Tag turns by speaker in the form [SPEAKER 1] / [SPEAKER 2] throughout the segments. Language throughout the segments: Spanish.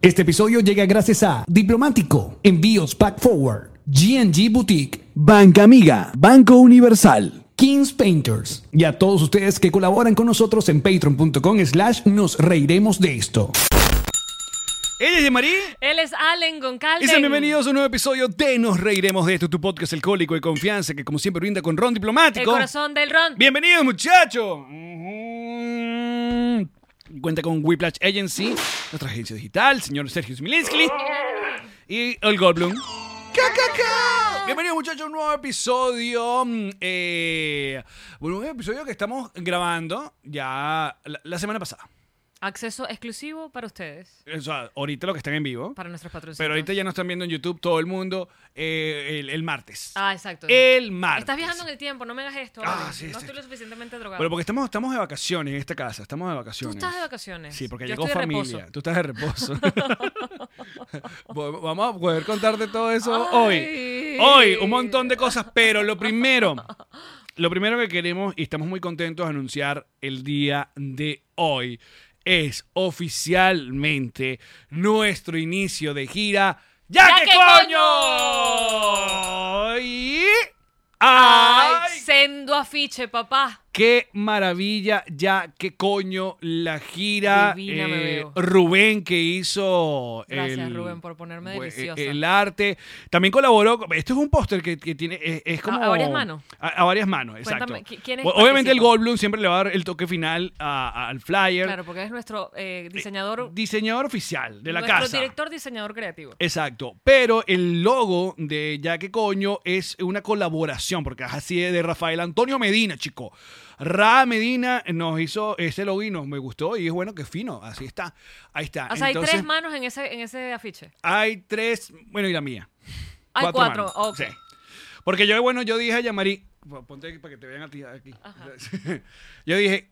[SPEAKER 1] Este episodio llega gracias a Diplomático, Envíos Pack Forward, GNG Boutique,
[SPEAKER 2] Banca Amiga, Banco Universal.
[SPEAKER 1] Kings Painters y a todos ustedes que colaboran con nosotros en patreon.com slash nos reiremos de esto. Ella es Marí
[SPEAKER 3] Él es Allen Goncalves.
[SPEAKER 1] y sean bienvenidos a un nuevo episodio de Nos Reiremos de esto, tu podcast alcohólico de confianza que como siempre brinda con Ron
[SPEAKER 3] El
[SPEAKER 1] Diplomático.
[SPEAKER 3] corazón del ron.
[SPEAKER 1] Bienvenidos muchachos. Ujú. Cuenta con Whiplash Agency, nuestra agencia digital, señor Sergio Smilinski y el Goldblum. ¡Cacaca! Bienvenidos muchachos a un nuevo episodio. mm, eh, bueno, un episodio que estamos grabando ya la, la semana pasada.
[SPEAKER 3] Acceso exclusivo para ustedes,
[SPEAKER 1] O sea, ahorita lo que están en vivo.
[SPEAKER 3] para nuestros patrocinios.
[SPEAKER 1] Pero ahorita ya nos están viendo en YouTube todo el mundo eh, el, el martes.
[SPEAKER 3] Ah, exacto.
[SPEAKER 1] El martes.
[SPEAKER 3] Estás viajando en el tiempo, no me hagas esto.
[SPEAKER 1] Eh, Ah,
[SPEAKER 3] Ale.
[SPEAKER 1] sí,
[SPEAKER 3] no
[SPEAKER 1] sí.
[SPEAKER 3] estoy lo suficientemente drogado.
[SPEAKER 1] Bueno, porque estamos, estamos de vacaciones en esta casa. Estamos de
[SPEAKER 3] Tú
[SPEAKER 1] vacaciones.
[SPEAKER 3] estás de vacaciones.
[SPEAKER 1] Sí, porque
[SPEAKER 3] Yo
[SPEAKER 1] llegó
[SPEAKER 3] estoy de
[SPEAKER 1] familia.
[SPEAKER 3] reposo.
[SPEAKER 1] Tú estás de reposo. Bueno, Vamos a poder contarte todo eso hoy.
[SPEAKER 3] Ay.
[SPEAKER 1] Hoy, un montón de cosas, pero lo primero, lo primero que queremos y estamos muy contentos de anunciar el día de hoy es oficialmente nuestro inicio de gira. ¡Ya,
[SPEAKER 3] ¡Ya
[SPEAKER 1] que,
[SPEAKER 3] que
[SPEAKER 1] coño! Y... ¡Ay!
[SPEAKER 3] Ay, sendo afiche, papá.
[SPEAKER 1] Qué maravilla, ya que coño la gira. eh,
[SPEAKER 3] Divina me veo.
[SPEAKER 1] Rubén que hizo.
[SPEAKER 3] Gracias,
[SPEAKER 1] el-
[SPEAKER 3] Rubén, por ponerme
[SPEAKER 1] pues,
[SPEAKER 3] deliciosa.
[SPEAKER 1] El arte. También colaboró. con- Esto es un póster que, que tiene. Es, es como.
[SPEAKER 3] A- a varias manos.
[SPEAKER 1] A, a varias manos, exacto.
[SPEAKER 3] Cuéntame, ¿qui- quiénes
[SPEAKER 1] Bueno, Obviamente el
[SPEAKER 3] participan?
[SPEAKER 1] Goldblum siempre le va a dar el toque final a- a- al flyer.
[SPEAKER 3] Claro, porque es nuestro eh, diseñador.
[SPEAKER 1] Diseñador oficial de la
[SPEAKER 3] nuestro
[SPEAKER 1] casa.
[SPEAKER 3] director diseñador creativo.
[SPEAKER 1] Exacto, pero el logo de Ya que coño es una colaboración, porque es así de Rafael Antonio Medina, chico. Ra Medina nos hizo ese logo y nos me gustó y es bueno, que fino, así está. Ahí está.
[SPEAKER 3] O sea, hay
[SPEAKER 1] Entonces,
[SPEAKER 3] tres manos en ese, en ese afiche.
[SPEAKER 1] Hay tres, bueno, y la mía.
[SPEAKER 3] Hay cuatro.
[SPEAKER 1] manos,
[SPEAKER 3] ok.
[SPEAKER 1] sí. Porque yo, bueno, yo dije a Yamari, ponte aquí para que te vean a ti aquí. Yo dije,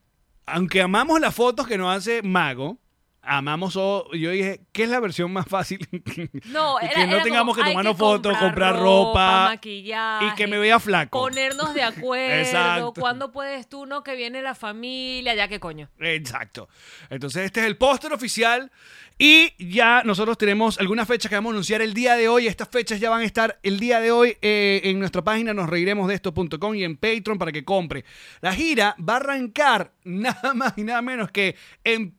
[SPEAKER 1] aunque amamos las fotos que nos hace Mago, amamos, o- yo dije, ¿qué es la versión más fácil?
[SPEAKER 3] No,
[SPEAKER 1] Y
[SPEAKER 3] era,
[SPEAKER 1] que no
[SPEAKER 3] era
[SPEAKER 1] tengamos que
[SPEAKER 3] como, hay
[SPEAKER 1] tomarnos fotos, comprar ropa,
[SPEAKER 3] maquillaje,
[SPEAKER 1] y que me vea flaco.
[SPEAKER 3] ponernos de acuerdo,
[SPEAKER 1] Exacto.
[SPEAKER 3] cuándo puedes tú, no, que viene la familia, ya que coño.
[SPEAKER 1] Exacto. Entonces, este es el póster oficial. Y ya nosotros tenemos algunas fechas que vamos a anunciar el día de hoy. Estas fechas ya van a estar el día de hoy eh, en nuestra página nosreiremosdeesto.com y en Patreon para que compre. La gira va a arrancar nada más y nada menos que en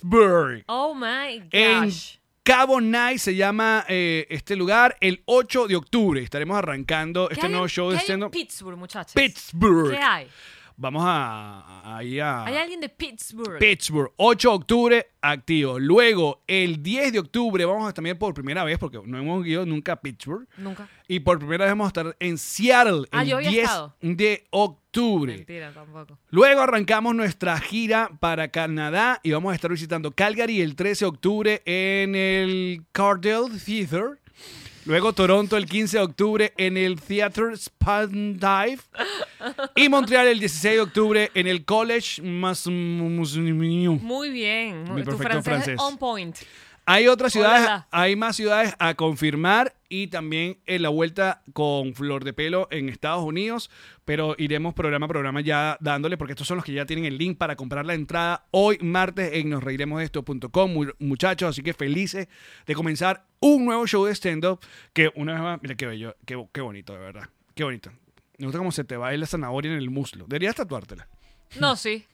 [SPEAKER 1] Pittsburgh.
[SPEAKER 3] Oh my
[SPEAKER 1] En
[SPEAKER 3] gosh.
[SPEAKER 1] Cabo Night se llama eh, este lugar el 8 de octubre. Estaremos arrancando
[SPEAKER 3] ¿Qué
[SPEAKER 1] este
[SPEAKER 3] hay
[SPEAKER 1] nuevo
[SPEAKER 3] en-
[SPEAKER 1] show
[SPEAKER 3] qué
[SPEAKER 1] de
[SPEAKER 3] hay en
[SPEAKER 1] stand-up.
[SPEAKER 3] Pittsburgh, muchachos.
[SPEAKER 1] Pittsburgh.
[SPEAKER 3] ¿Qué hay?
[SPEAKER 1] Vamos a, a- ir a-
[SPEAKER 3] Hay alguien de Pittsburgh.
[SPEAKER 1] Pittsburgh, 8 de octubre, activo. Luego, el 10 de octubre, vamos a también por primera vez, porque no hemos ido nunca a Pittsburgh.
[SPEAKER 3] Nunca.
[SPEAKER 1] Y por primera vez vamos a estar en Seattle,
[SPEAKER 3] Ah,
[SPEAKER 1] el
[SPEAKER 3] yo había
[SPEAKER 1] 10
[SPEAKER 3] estado.
[SPEAKER 1] de octubre.
[SPEAKER 3] Mentira, tampoco.
[SPEAKER 1] Luego arrancamos nuestra gira para Canadá y vamos a estar visitando Calgary el 13 de octubre en el Cardell Theater. Luego Toronto el 15 de octubre en el Theater Spandive. Y Montreal el 16 de octubre en el College Masmoussou.
[SPEAKER 3] Muy bien. muy-
[SPEAKER 1] Mi
[SPEAKER 3] tu
[SPEAKER 1] perfecto
[SPEAKER 3] francés,
[SPEAKER 1] francés.
[SPEAKER 3] es on point.
[SPEAKER 1] Hay otras
[SPEAKER 3] Hola,
[SPEAKER 1] ciudades,
[SPEAKER 3] hola.
[SPEAKER 1] hay más ciudades a confirmar y también en la vuelta con Flor de Pelo en Estados Unidos, pero iremos programa a programa ya dándole, porque estos son los que ya tienen el link para comprar la entrada hoy martes en nosreiremosdeesto.com, mu- muchachos, así que felices de comenzar un nuevo show de stand-up que una vez más, mira qué bello, qué, bo- qué bonito, de verdad, qué bonito. Me gusta cómo se te va a ir la zanahoria en el muslo. Deberías tatuártela.
[SPEAKER 3] No, sí.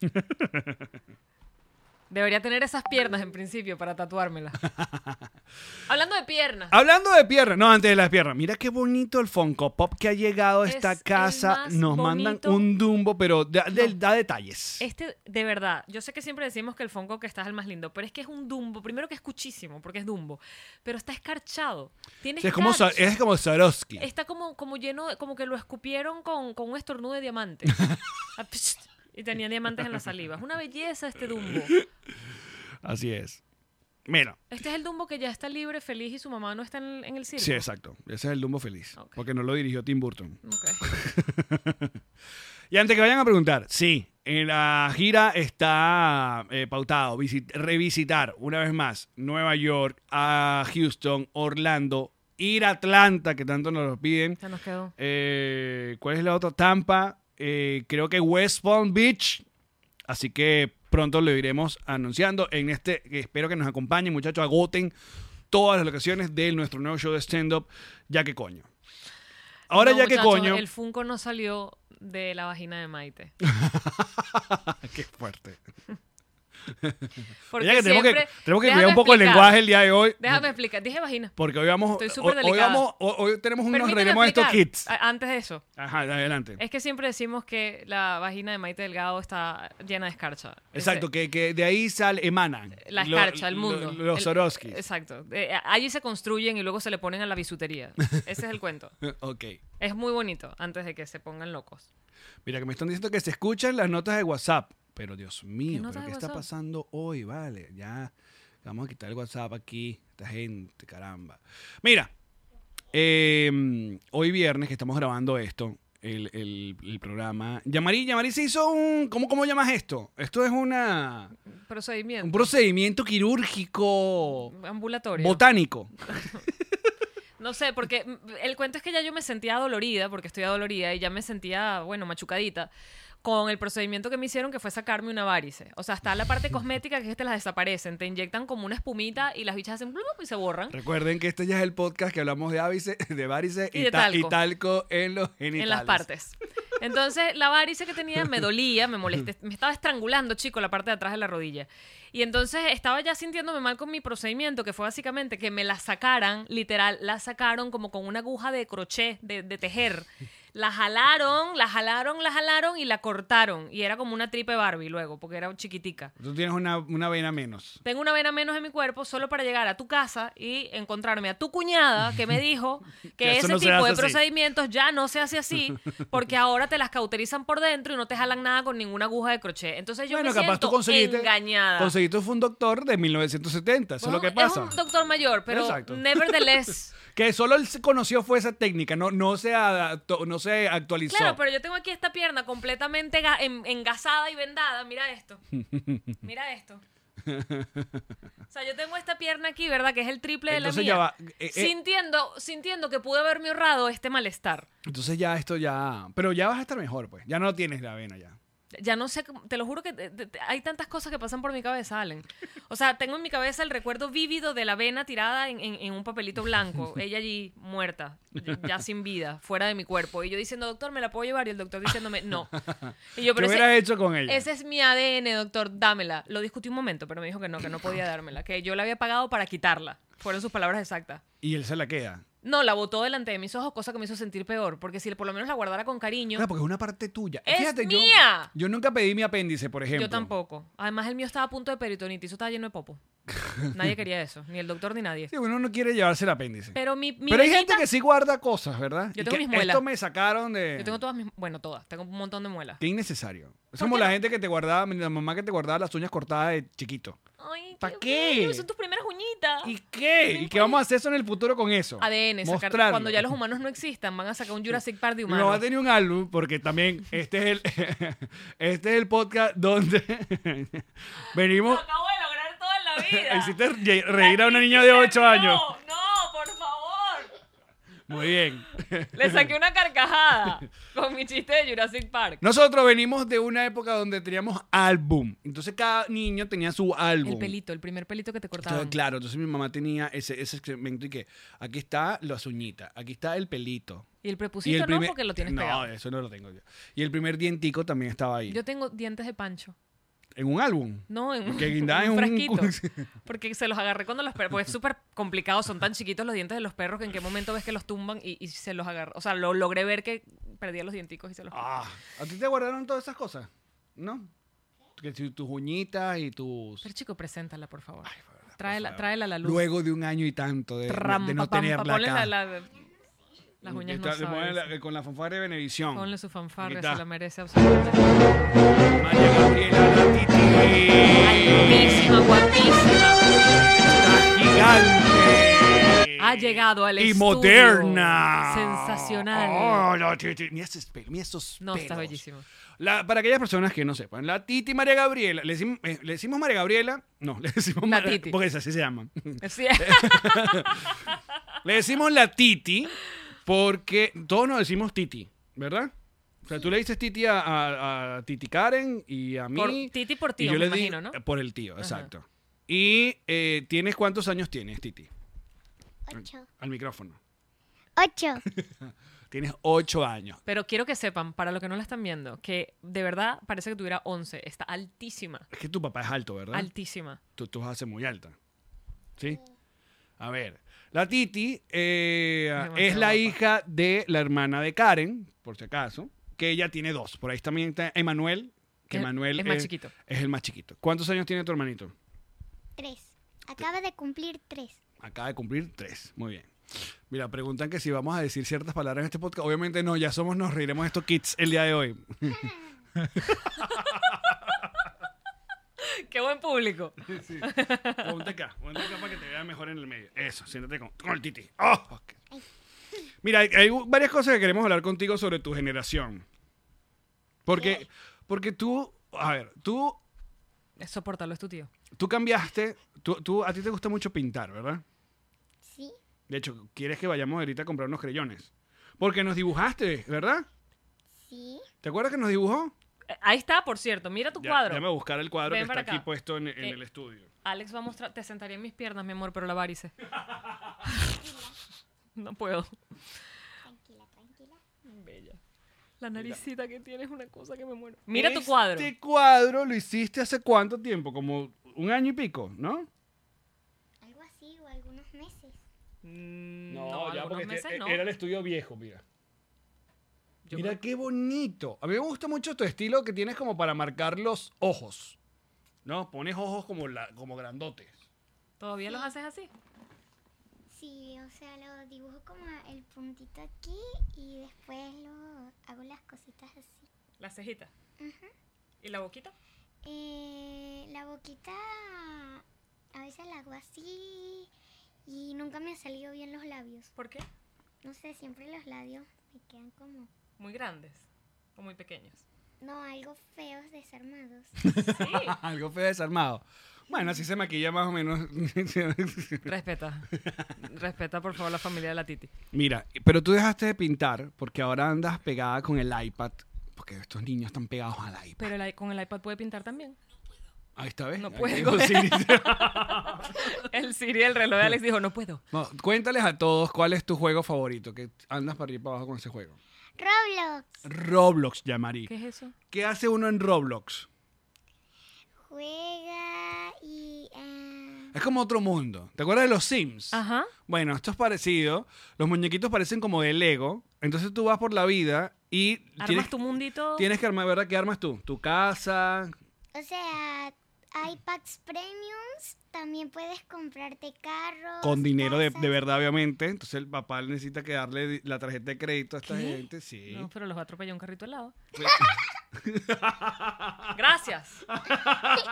[SPEAKER 3] Debería tener esas piernas en principio para tatuármelas. Hablando de piernas.
[SPEAKER 1] Hablando de piernas, no, antes de las piernas, mira qué bonito el Funko Pop que ha llegado a esta
[SPEAKER 3] Es el
[SPEAKER 1] casa.
[SPEAKER 3] más
[SPEAKER 1] Nos mandan
[SPEAKER 3] bonito.
[SPEAKER 1] un Dumbo, pero da, de-
[SPEAKER 3] No.
[SPEAKER 1] da detalles.
[SPEAKER 3] Este, de verdad, yo sé que siempre decimos que el Funko que está es el más lindo, pero es que es un Dumbo. Primero que es cuchísimo, porque es Dumbo. Pero está escarchado. Tiene
[SPEAKER 1] O sea, es, como, Sa-
[SPEAKER 3] escarcha.
[SPEAKER 1] es como Swarovski.
[SPEAKER 3] Está como, como lleno, como que lo escupieron con, con un estornudo de diamante. Ah, psh, y tenía diamantes en la saliva. Es una belleza este Dumbo.
[SPEAKER 1] Así es. Mira.
[SPEAKER 3] Este es el Dumbo que ya está libre, feliz y su mamá no está en el, en el circo.
[SPEAKER 1] Sí, exacto. Ese es el Dumbo feliz.
[SPEAKER 3] Ok.
[SPEAKER 1] Porque no lo dirigió Tim Burton.
[SPEAKER 3] Ok.
[SPEAKER 1] Y antes que vayan a preguntar, sí, en la gira está eh, pautado visit- revisitar una vez más Nueva York, a Houston, Orlando, ir a Atlanta, que tanto nos lo piden.
[SPEAKER 3] Ya este nos quedó.
[SPEAKER 1] Eh, ¿Cuál es la otra? Tampa. eh, creo que West Palm Beach. Así que pronto lo iremos anunciando en este. Espero que nos acompañen, muchachos. Agoten todas las locaciones de nuestro nuevo show de stand-up. Ya que coño. Ahora
[SPEAKER 3] No,
[SPEAKER 1] ya que
[SPEAKER 3] muchachos,
[SPEAKER 1] coño.
[SPEAKER 3] El Funko no salió de la vagina de Maite.
[SPEAKER 1] Qué fuerte.
[SPEAKER 3] Porque
[SPEAKER 1] Ya que tenemos, que,
[SPEAKER 3] siempre-
[SPEAKER 1] tenemos que
[SPEAKER 3] Déjame
[SPEAKER 1] cuidar un poco el
[SPEAKER 3] explicar.
[SPEAKER 1] lenguaje el día de hoy.
[SPEAKER 3] Déjame explicar. Dije vagina.
[SPEAKER 1] Porque hoy vamos.
[SPEAKER 3] Estoy
[SPEAKER 1] hoy,
[SPEAKER 3] súper
[SPEAKER 1] hoy
[SPEAKER 3] delicada.
[SPEAKER 1] vamos- hoy- hoy tenemos un. Nos
[SPEAKER 3] Permíteme
[SPEAKER 1] reiremos de estos
[SPEAKER 3] explicar.
[SPEAKER 1] kits.
[SPEAKER 3] A- Antes de eso.
[SPEAKER 1] Ajá, adelante.
[SPEAKER 3] Es que siempre decimos que la vagina de Maite Delgado está llena de escarcha.
[SPEAKER 1] Exacto,
[SPEAKER 3] Ese-
[SPEAKER 1] que, que de ahí sal, emanan.
[SPEAKER 3] La
[SPEAKER 1] lo-
[SPEAKER 3] escarcha, el
[SPEAKER 1] lo-
[SPEAKER 3] mundo.
[SPEAKER 1] los
[SPEAKER 3] El-
[SPEAKER 1] Swarovski.
[SPEAKER 3] Exacto. Eh, allí se construyen y luego se le ponen a la bisutería. Ese es el cuento.
[SPEAKER 1] Ok.
[SPEAKER 3] Es muy bonito antes de que se pongan locos.
[SPEAKER 1] Mira, que me están diciendo que se escuchan las notas de WhatsApp. Pero Dios mío,
[SPEAKER 3] notas
[SPEAKER 1] ¿pero
[SPEAKER 3] de
[SPEAKER 1] ¿qué está
[SPEAKER 3] WhatsApp?
[SPEAKER 1] pasando hoy? Vale, ya. Vamos a quitar el WhatsApp aquí. Esta gente, caramba. Mira, eh, hoy viernes que estamos grabando esto, el, el- el programa. Yamari, Yamari se hizo un. ¿Cómo, cómo llamas esto? Esto es una, un
[SPEAKER 3] Procedimiento.
[SPEAKER 1] procedimiento quirúrgico
[SPEAKER 3] ambulatorio.
[SPEAKER 1] botánico.
[SPEAKER 3] No sé, porque mm, el cuento es que ya yo me sentía dolorida, porque estoy dolorida y ya me sentía, bueno, machucadita con el procedimiento que me hicieron que fue sacarme una varice. O sea, está la parte cosmética que es que te las desaparecen, te inyectan como una espumita y las bichas hacen blup y se borran.
[SPEAKER 1] Recuerden que este ya es el podcast que hablamos de ávice, de varices y,
[SPEAKER 3] Y de
[SPEAKER 1] ta- y
[SPEAKER 3] talco.
[SPEAKER 1] talco en los genitales.
[SPEAKER 3] En las partes. Entonces, la varice que tenía me dolía, me molesté, me estaba estrangulando, chico, la parte de atrás de la rodilla. Y entonces estaba ya sintiéndome mal con mi procedimiento, que fue básicamente que me la sacaran, literal, la sacaron como con una aguja de crochet, de, de tejer. La jalaron, la jalaron, la jalaron y la cortaron. Y era como una tripe Barbie luego, porque era chiquitica.
[SPEAKER 1] Tú tienes una, una vena menos.
[SPEAKER 3] Tengo una vena menos en mi cuerpo solo para llegar a tu casa y encontrarme a tu cuñada que me dijo que,
[SPEAKER 1] Que eso
[SPEAKER 3] ese
[SPEAKER 1] no se
[SPEAKER 3] tipo
[SPEAKER 1] hace
[SPEAKER 3] de
[SPEAKER 1] así.
[SPEAKER 3] procedimientos ya no se hace así porque ahora te las cauterizan por dentro y no te jalan nada con ninguna aguja de crochet. Entonces yo
[SPEAKER 1] bueno,
[SPEAKER 3] me
[SPEAKER 1] capaz tú
[SPEAKER 3] siento
[SPEAKER 1] conseguiste.
[SPEAKER 3] engañada.
[SPEAKER 1] Conseguiste fue un doctor de 1970, eso es lo
[SPEAKER 3] Bueno,
[SPEAKER 1] que pasa.
[SPEAKER 3] Es un doctor mayor, pero
[SPEAKER 1] Exacto.
[SPEAKER 3] nevertheless.
[SPEAKER 1] Que solo él se conoció fue esa técnica, no, no, se, adaptó- no se actualizó.
[SPEAKER 3] Claro, pero yo tengo aquí esta pierna completamente ga- en- engasada y vendada. Mira esto. Mira esto. O sea, yo tengo esta pierna aquí, ¿verdad? Que es el triple de la
[SPEAKER 1] Entonces
[SPEAKER 3] mía.
[SPEAKER 1] ya va, eh, eh.
[SPEAKER 3] sintiendo, sintiendo que pude haberme ahorrado este malestar.
[SPEAKER 1] Entonces ya esto ya. Pero ya vas a estar mejor, pues. Ya no tienes la vena ya.
[SPEAKER 3] Ya no sé, cómo- te lo juro que te- te- te- hay tantas cosas que pasan por mi cabeza, Allen. O sea, tengo en mi cabeza el recuerdo vívido de la vena tirada en, en- en un papelito blanco. Ella allí, muerta, ya- ya sin vida, fuera de mi cuerpo. Y yo diciendo, doctor, ¿me la puedo llevar? Y el doctor diciéndome, no. Y yo,
[SPEAKER 1] ¿Qué
[SPEAKER 3] pero ese-
[SPEAKER 1] hubieras hecho con ella?
[SPEAKER 3] Ese es mi ADN, doctor, dámela. Lo discutí un momento, pero me dijo que no, que no podía dármela, que yo la había pagado para quitarla. Fueron sus palabras exactas.
[SPEAKER 1] Y él se la queda.
[SPEAKER 3] No, la botó delante de mis ojos, cosa que me hizo sentir peor, porque si por lo menos la guardara con cariño,
[SPEAKER 1] Claro, porque es una parte tuya.
[SPEAKER 3] ¡Es
[SPEAKER 1] Fíjate, yo-
[SPEAKER 3] mía!
[SPEAKER 1] Yo, nunca pedí mi apéndice, por ejemplo.
[SPEAKER 3] yo tampoco. Además, el mío estaba a punto de peritonitis, eso estaba lleno de popo. Nadie quería eso, ni el doctor ni nadie.
[SPEAKER 1] Sí, uno no quiere llevarse el apéndice.
[SPEAKER 3] Pero mi, Eh, mi
[SPEAKER 1] Pero hay
[SPEAKER 3] venita-
[SPEAKER 1] gente que sí guarda cosas, ¿verdad?
[SPEAKER 3] Yo
[SPEAKER 1] Y
[SPEAKER 3] tengo
[SPEAKER 1] que
[SPEAKER 3] mis muelas.
[SPEAKER 1] Esto me sacaron de.
[SPEAKER 3] Yo tengo todas mis... Bueno, todas. Tengo un montón de muelas.
[SPEAKER 1] Qué innecesario. Es
[SPEAKER 3] ¿Por
[SPEAKER 1] como
[SPEAKER 3] qué
[SPEAKER 1] la
[SPEAKER 3] no?
[SPEAKER 1] gente que te guardaba, la mamá que te guardaba las uñas cortadas de chiquito.
[SPEAKER 3] Ay,
[SPEAKER 1] ¿Pa qué?
[SPEAKER 3] bello, Son tus primeras uñitas.
[SPEAKER 1] ¿Y qué? ¿Y qué vamos a hacer eso en el futuro con eso?
[SPEAKER 3] ADN, sacar,
[SPEAKER 1] Mostrarlo.
[SPEAKER 3] cuando ya los humanos no existan, van a sacar un Jurassic Park de
[SPEAKER 1] Mi mamá
[SPEAKER 3] humanos.
[SPEAKER 1] tenía un álbum, porque también este es el, este es el podcast donde venimos.
[SPEAKER 3] acabo de lograr toda la vida.
[SPEAKER 1] Existe reír a una niña de 8 años.
[SPEAKER 3] no, por favor.
[SPEAKER 1] Muy bien.
[SPEAKER 3] Le saqué una carcajada con mi chiste de Jurassic Park.
[SPEAKER 1] Nosotros venimos de una época donde teníamos álbum. Entonces cada niño tenía su álbum.
[SPEAKER 3] El pelito, el primer pelito que te
[SPEAKER 1] Entonces,
[SPEAKER 3] cortaban.
[SPEAKER 1] claro, entonces mi mamá tenía ese, ese segmento y que aquí está las uñitas, aquí está el pelito.
[SPEAKER 3] Y el
[SPEAKER 1] Y
[SPEAKER 3] prepucito
[SPEAKER 1] el
[SPEAKER 3] no,
[SPEAKER 1] primer-
[SPEAKER 3] porque lo tienes
[SPEAKER 1] no,
[SPEAKER 3] pegado.
[SPEAKER 1] eso no lo tengo yo. Y el primer dientico también estaba ahí.
[SPEAKER 3] Yo tengo dientes de pancho.
[SPEAKER 1] En un álbum.
[SPEAKER 3] No, en un,
[SPEAKER 1] Que guindaba
[SPEAKER 3] en un
[SPEAKER 1] en un-
[SPEAKER 3] frasquito. Porque se los agarré cuando los perros. Pues es súper complicado, son tan chiquitos los dientes de los perros que en qué momento ves que los tumban y, y se los agarró. O sea, lo logré ver que perdía los dienticos y se los.
[SPEAKER 1] Ah, ¿A ti te guardaron todas esas cosas? ¿No? Que tu- tus uñitas y tus...
[SPEAKER 3] Pero chico, preséntala, por favor. Tráela, tráela a la luz.
[SPEAKER 1] Luego de un año y tanto de, de no
[SPEAKER 3] Trampa, pampa,
[SPEAKER 1] tenerla
[SPEAKER 3] ponle
[SPEAKER 1] acá.
[SPEAKER 3] la- la- las uñas
[SPEAKER 1] Está-
[SPEAKER 3] no
[SPEAKER 1] le ponen
[SPEAKER 3] saben.
[SPEAKER 1] la- con la fanfarria de Benevisión.
[SPEAKER 3] Ponle su fanfarria,
[SPEAKER 1] Ahorita.
[SPEAKER 3] se la merece absolutamente.
[SPEAKER 1] María Gabriela Titi.
[SPEAKER 3] Altísima, guapísima.
[SPEAKER 1] elegante.
[SPEAKER 3] Ha llegado al
[SPEAKER 1] Y
[SPEAKER 3] estudio.
[SPEAKER 1] moderna.
[SPEAKER 3] Sensacional.
[SPEAKER 1] Oh, la Titi. Mira esos pelos, mira esos
[SPEAKER 3] No, está
[SPEAKER 1] pelos.
[SPEAKER 3] bellísimo.
[SPEAKER 1] La- para aquellas personas que no sepan, la Titi María Gabriela, le decimos, eh, ¿le decimos María Gabriela, no, le decimos
[SPEAKER 3] La
[SPEAKER 1] María-
[SPEAKER 3] Titi.
[SPEAKER 1] porque es así se llaman.
[SPEAKER 3] Sí.
[SPEAKER 1] Le decimos la Titi porque todos nos decimos Titi, ¿verdad? O sea, tú le dices Titi a, a- a Titi Karen y a mí.
[SPEAKER 3] Por- Titi por tío,
[SPEAKER 1] y yo
[SPEAKER 3] me
[SPEAKER 1] le di- eh,
[SPEAKER 3] imagino, ¿no?
[SPEAKER 1] Por el tío, exacto. ¿Y eh, tienes cuántos años tienes, Titi?
[SPEAKER 4] Ocho.
[SPEAKER 1] Al micrófono.
[SPEAKER 4] Ocho.
[SPEAKER 1] Tienes ocho años.
[SPEAKER 3] Pero quiero que sepan, para los que no la están viendo, que de verdad parece que tuviera 11. Está altísima.
[SPEAKER 1] Es que tu papá es alto, ¿verdad?
[SPEAKER 3] Altísima.
[SPEAKER 1] Tú, tú vas a ser muy alta. ¿Sí? A ver. La Titi eh,
[SPEAKER 3] Demasiado
[SPEAKER 1] es la
[SPEAKER 3] guapa.
[SPEAKER 1] hija de la hermana de Karen, por si acaso, que ella tiene dos. Por ahí también está Emanuel, que
[SPEAKER 3] Es-
[SPEAKER 1] Emanuel
[SPEAKER 3] Eh, es más chiquito.
[SPEAKER 1] Es el más chiquito. ¿Cuántos años tiene tu hermanito?
[SPEAKER 4] Tres. Acaba de cumplir tres.
[SPEAKER 1] Acaba de cumplir tres. Muy bien. Mira, preguntan que si vamos a decir ciertas palabras en este podcast. Obviamente no, ya somos, nos reiremos estos kids el día de hoy.
[SPEAKER 3] Qué buen público.
[SPEAKER 1] Ponte acá, ponte acá para que te vean mejor en el medio. Eso, siéntate con, con el titi. Oh, ok. Mira, hay, hay varias cosas que queremos hablar contigo sobre tu generación. Porque, porque tú, a ver, tú,
[SPEAKER 3] Soportarlo Eh, es tu tío.
[SPEAKER 1] tú cambiaste, tú, tú- a ti te gusta mucho pintar, ¿verdad?
[SPEAKER 4] Sí.
[SPEAKER 1] De hecho, quieres que vayamos ahorita a comprar unos creyones. Porque nos dibujaste, ¿verdad?
[SPEAKER 4] Sí.
[SPEAKER 1] ¿Te acuerdas que nos dibujó?
[SPEAKER 3] Eh, Ahí está, por cierto. Mira tu
[SPEAKER 1] Ya-
[SPEAKER 3] cuadro.
[SPEAKER 1] Déjame buscar el cuadro
[SPEAKER 3] Ven
[SPEAKER 1] que está
[SPEAKER 3] para
[SPEAKER 1] aquí
[SPEAKER 3] acá.
[SPEAKER 1] puesto en, en
[SPEAKER 3] Eh.
[SPEAKER 1] el estudio.
[SPEAKER 3] Alex va a mostrar. Te sentaría en mis piernas, mi amor, pero la varice. no puedo.
[SPEAKER 4] Tranquila, tranquila.
[SPEAKER 3] Bella. La naricita que tiene es una cosa que me muero. Mira tu cuadro.
[SPEAKER 1] Este cuadro lo hiciste hace cuánto tiempo, como un año y pico, ¿no?
[SPEAKER 4] Algo así o algunos meses.
[SPEAKER 3] Mm,
[SPEAKER 1] No, ya
[SPEAKER 3] algunos
[SPEAKER 1] porque
[SPEAKER 3] meses
[SPEAKER 1] este-
[SPEAKER 3] no.
[SPEAKER 1] era el estudio viejo, mira.
[SPEAKER 3] Yo
[SPEAKER 1] mira
[SPEAKER 3] creo-
[SPEAKER 1] qué bonito. A mí me gusta mucho tu estilo que tienes como para marcar los ojos. ¿No? Pones ojos como, la, como grandotes.
[SPEAKER 3] ¿Todavía los haces así?
[SPEAKER 4] Sí, o sea, lo dibujo como el puntito aquí y después lo hago las cositas así.
[SPEAKER 3] Las cejitas. ¿Y la boquita?
[SPEAKER 4] Eh, la boquita a veces la hago así y nunca me han salido bien los labios.
[SPEAKER 3] ¿Por qué?
[SPEAKER 4] No sé, siempre los labios me quedan como...
[SPEAKER 3] Muy grandes o muy pequeños.
[SPEAKER 4] No, algo feos, desarmados.
[SPEAKER 3] Sí.
[SPEAKER 1] Algo feo desarmado. Bueno, así se maquilla más o menos.
[SPEAKER 3] Respeta. Respeta, por favor, la familia de la Titi.
[SPEAKER 1] mira, pero tú dejaste de pintar porque ahora andas pegada con el iPad. Porque estos niños están pegados al iPad.
[SPEAKER 3] Pero el i- con el iPad puede pintar también.
[SPEAKER 1] Ahí está, ¿ves?
[SPEAKER 3] No
[SPEAKER 1] Ahí
[SPEAKER 3] puedo.
[SPEAKER 1] dijo Siri.
[SPEAKER 3] El Siri del reloj de Alex dijo, no puedo.
[SPEAKER 1] No, cuéntales a todos cuál es tu juego favorito, que andas para arriba y para abajo con ese juego.
[SPEAKER 4] Roblox.
[SPEAKER 1] Roblox, llamarí.
[SPEAKER 3] ¿Qué es eso?
[SPEAKER 1] ¿Qué hace uno en Roblox?
[SPEAKER 4] Juega y... ah,
[SPEAKER 1] Es como otro mundo. ¿Te acuerdas de los Sims?
[SPEAKER 3] Ajá.
[SPEAKER 1] Bueno, esto es parecido. Los muñequitos parecen como de Lego. Entonces tú vas por la vida y
[SPEAKER 3] Armas
[SPEAKER 1] tienes,
[SPEAKER 3] tu mundito.
[SPEAKER 1] tienes que armar, ¿verdad? ¿Qué armas tú? Tu casa.
[SPEAKER 4] o sea, hay packs premiums. También puedes comprarte
[SPEAKER 3] Ah,
[SPEAKER 4] carros.
[SPEAKER 1] Con dinero de,
[SPEAKER 4] casas.
[SPEAKER 1] de verdad, obviamente. Entonces el papá necesita que darle di- la tarjeta de crédito a esta
[SPEAKER 3] ¿Qué?
[SPEAKER 1] gente. Sí.
[SPEAKER 3] No, pues, pero los va a atropellar un carrito al lado. Gracias.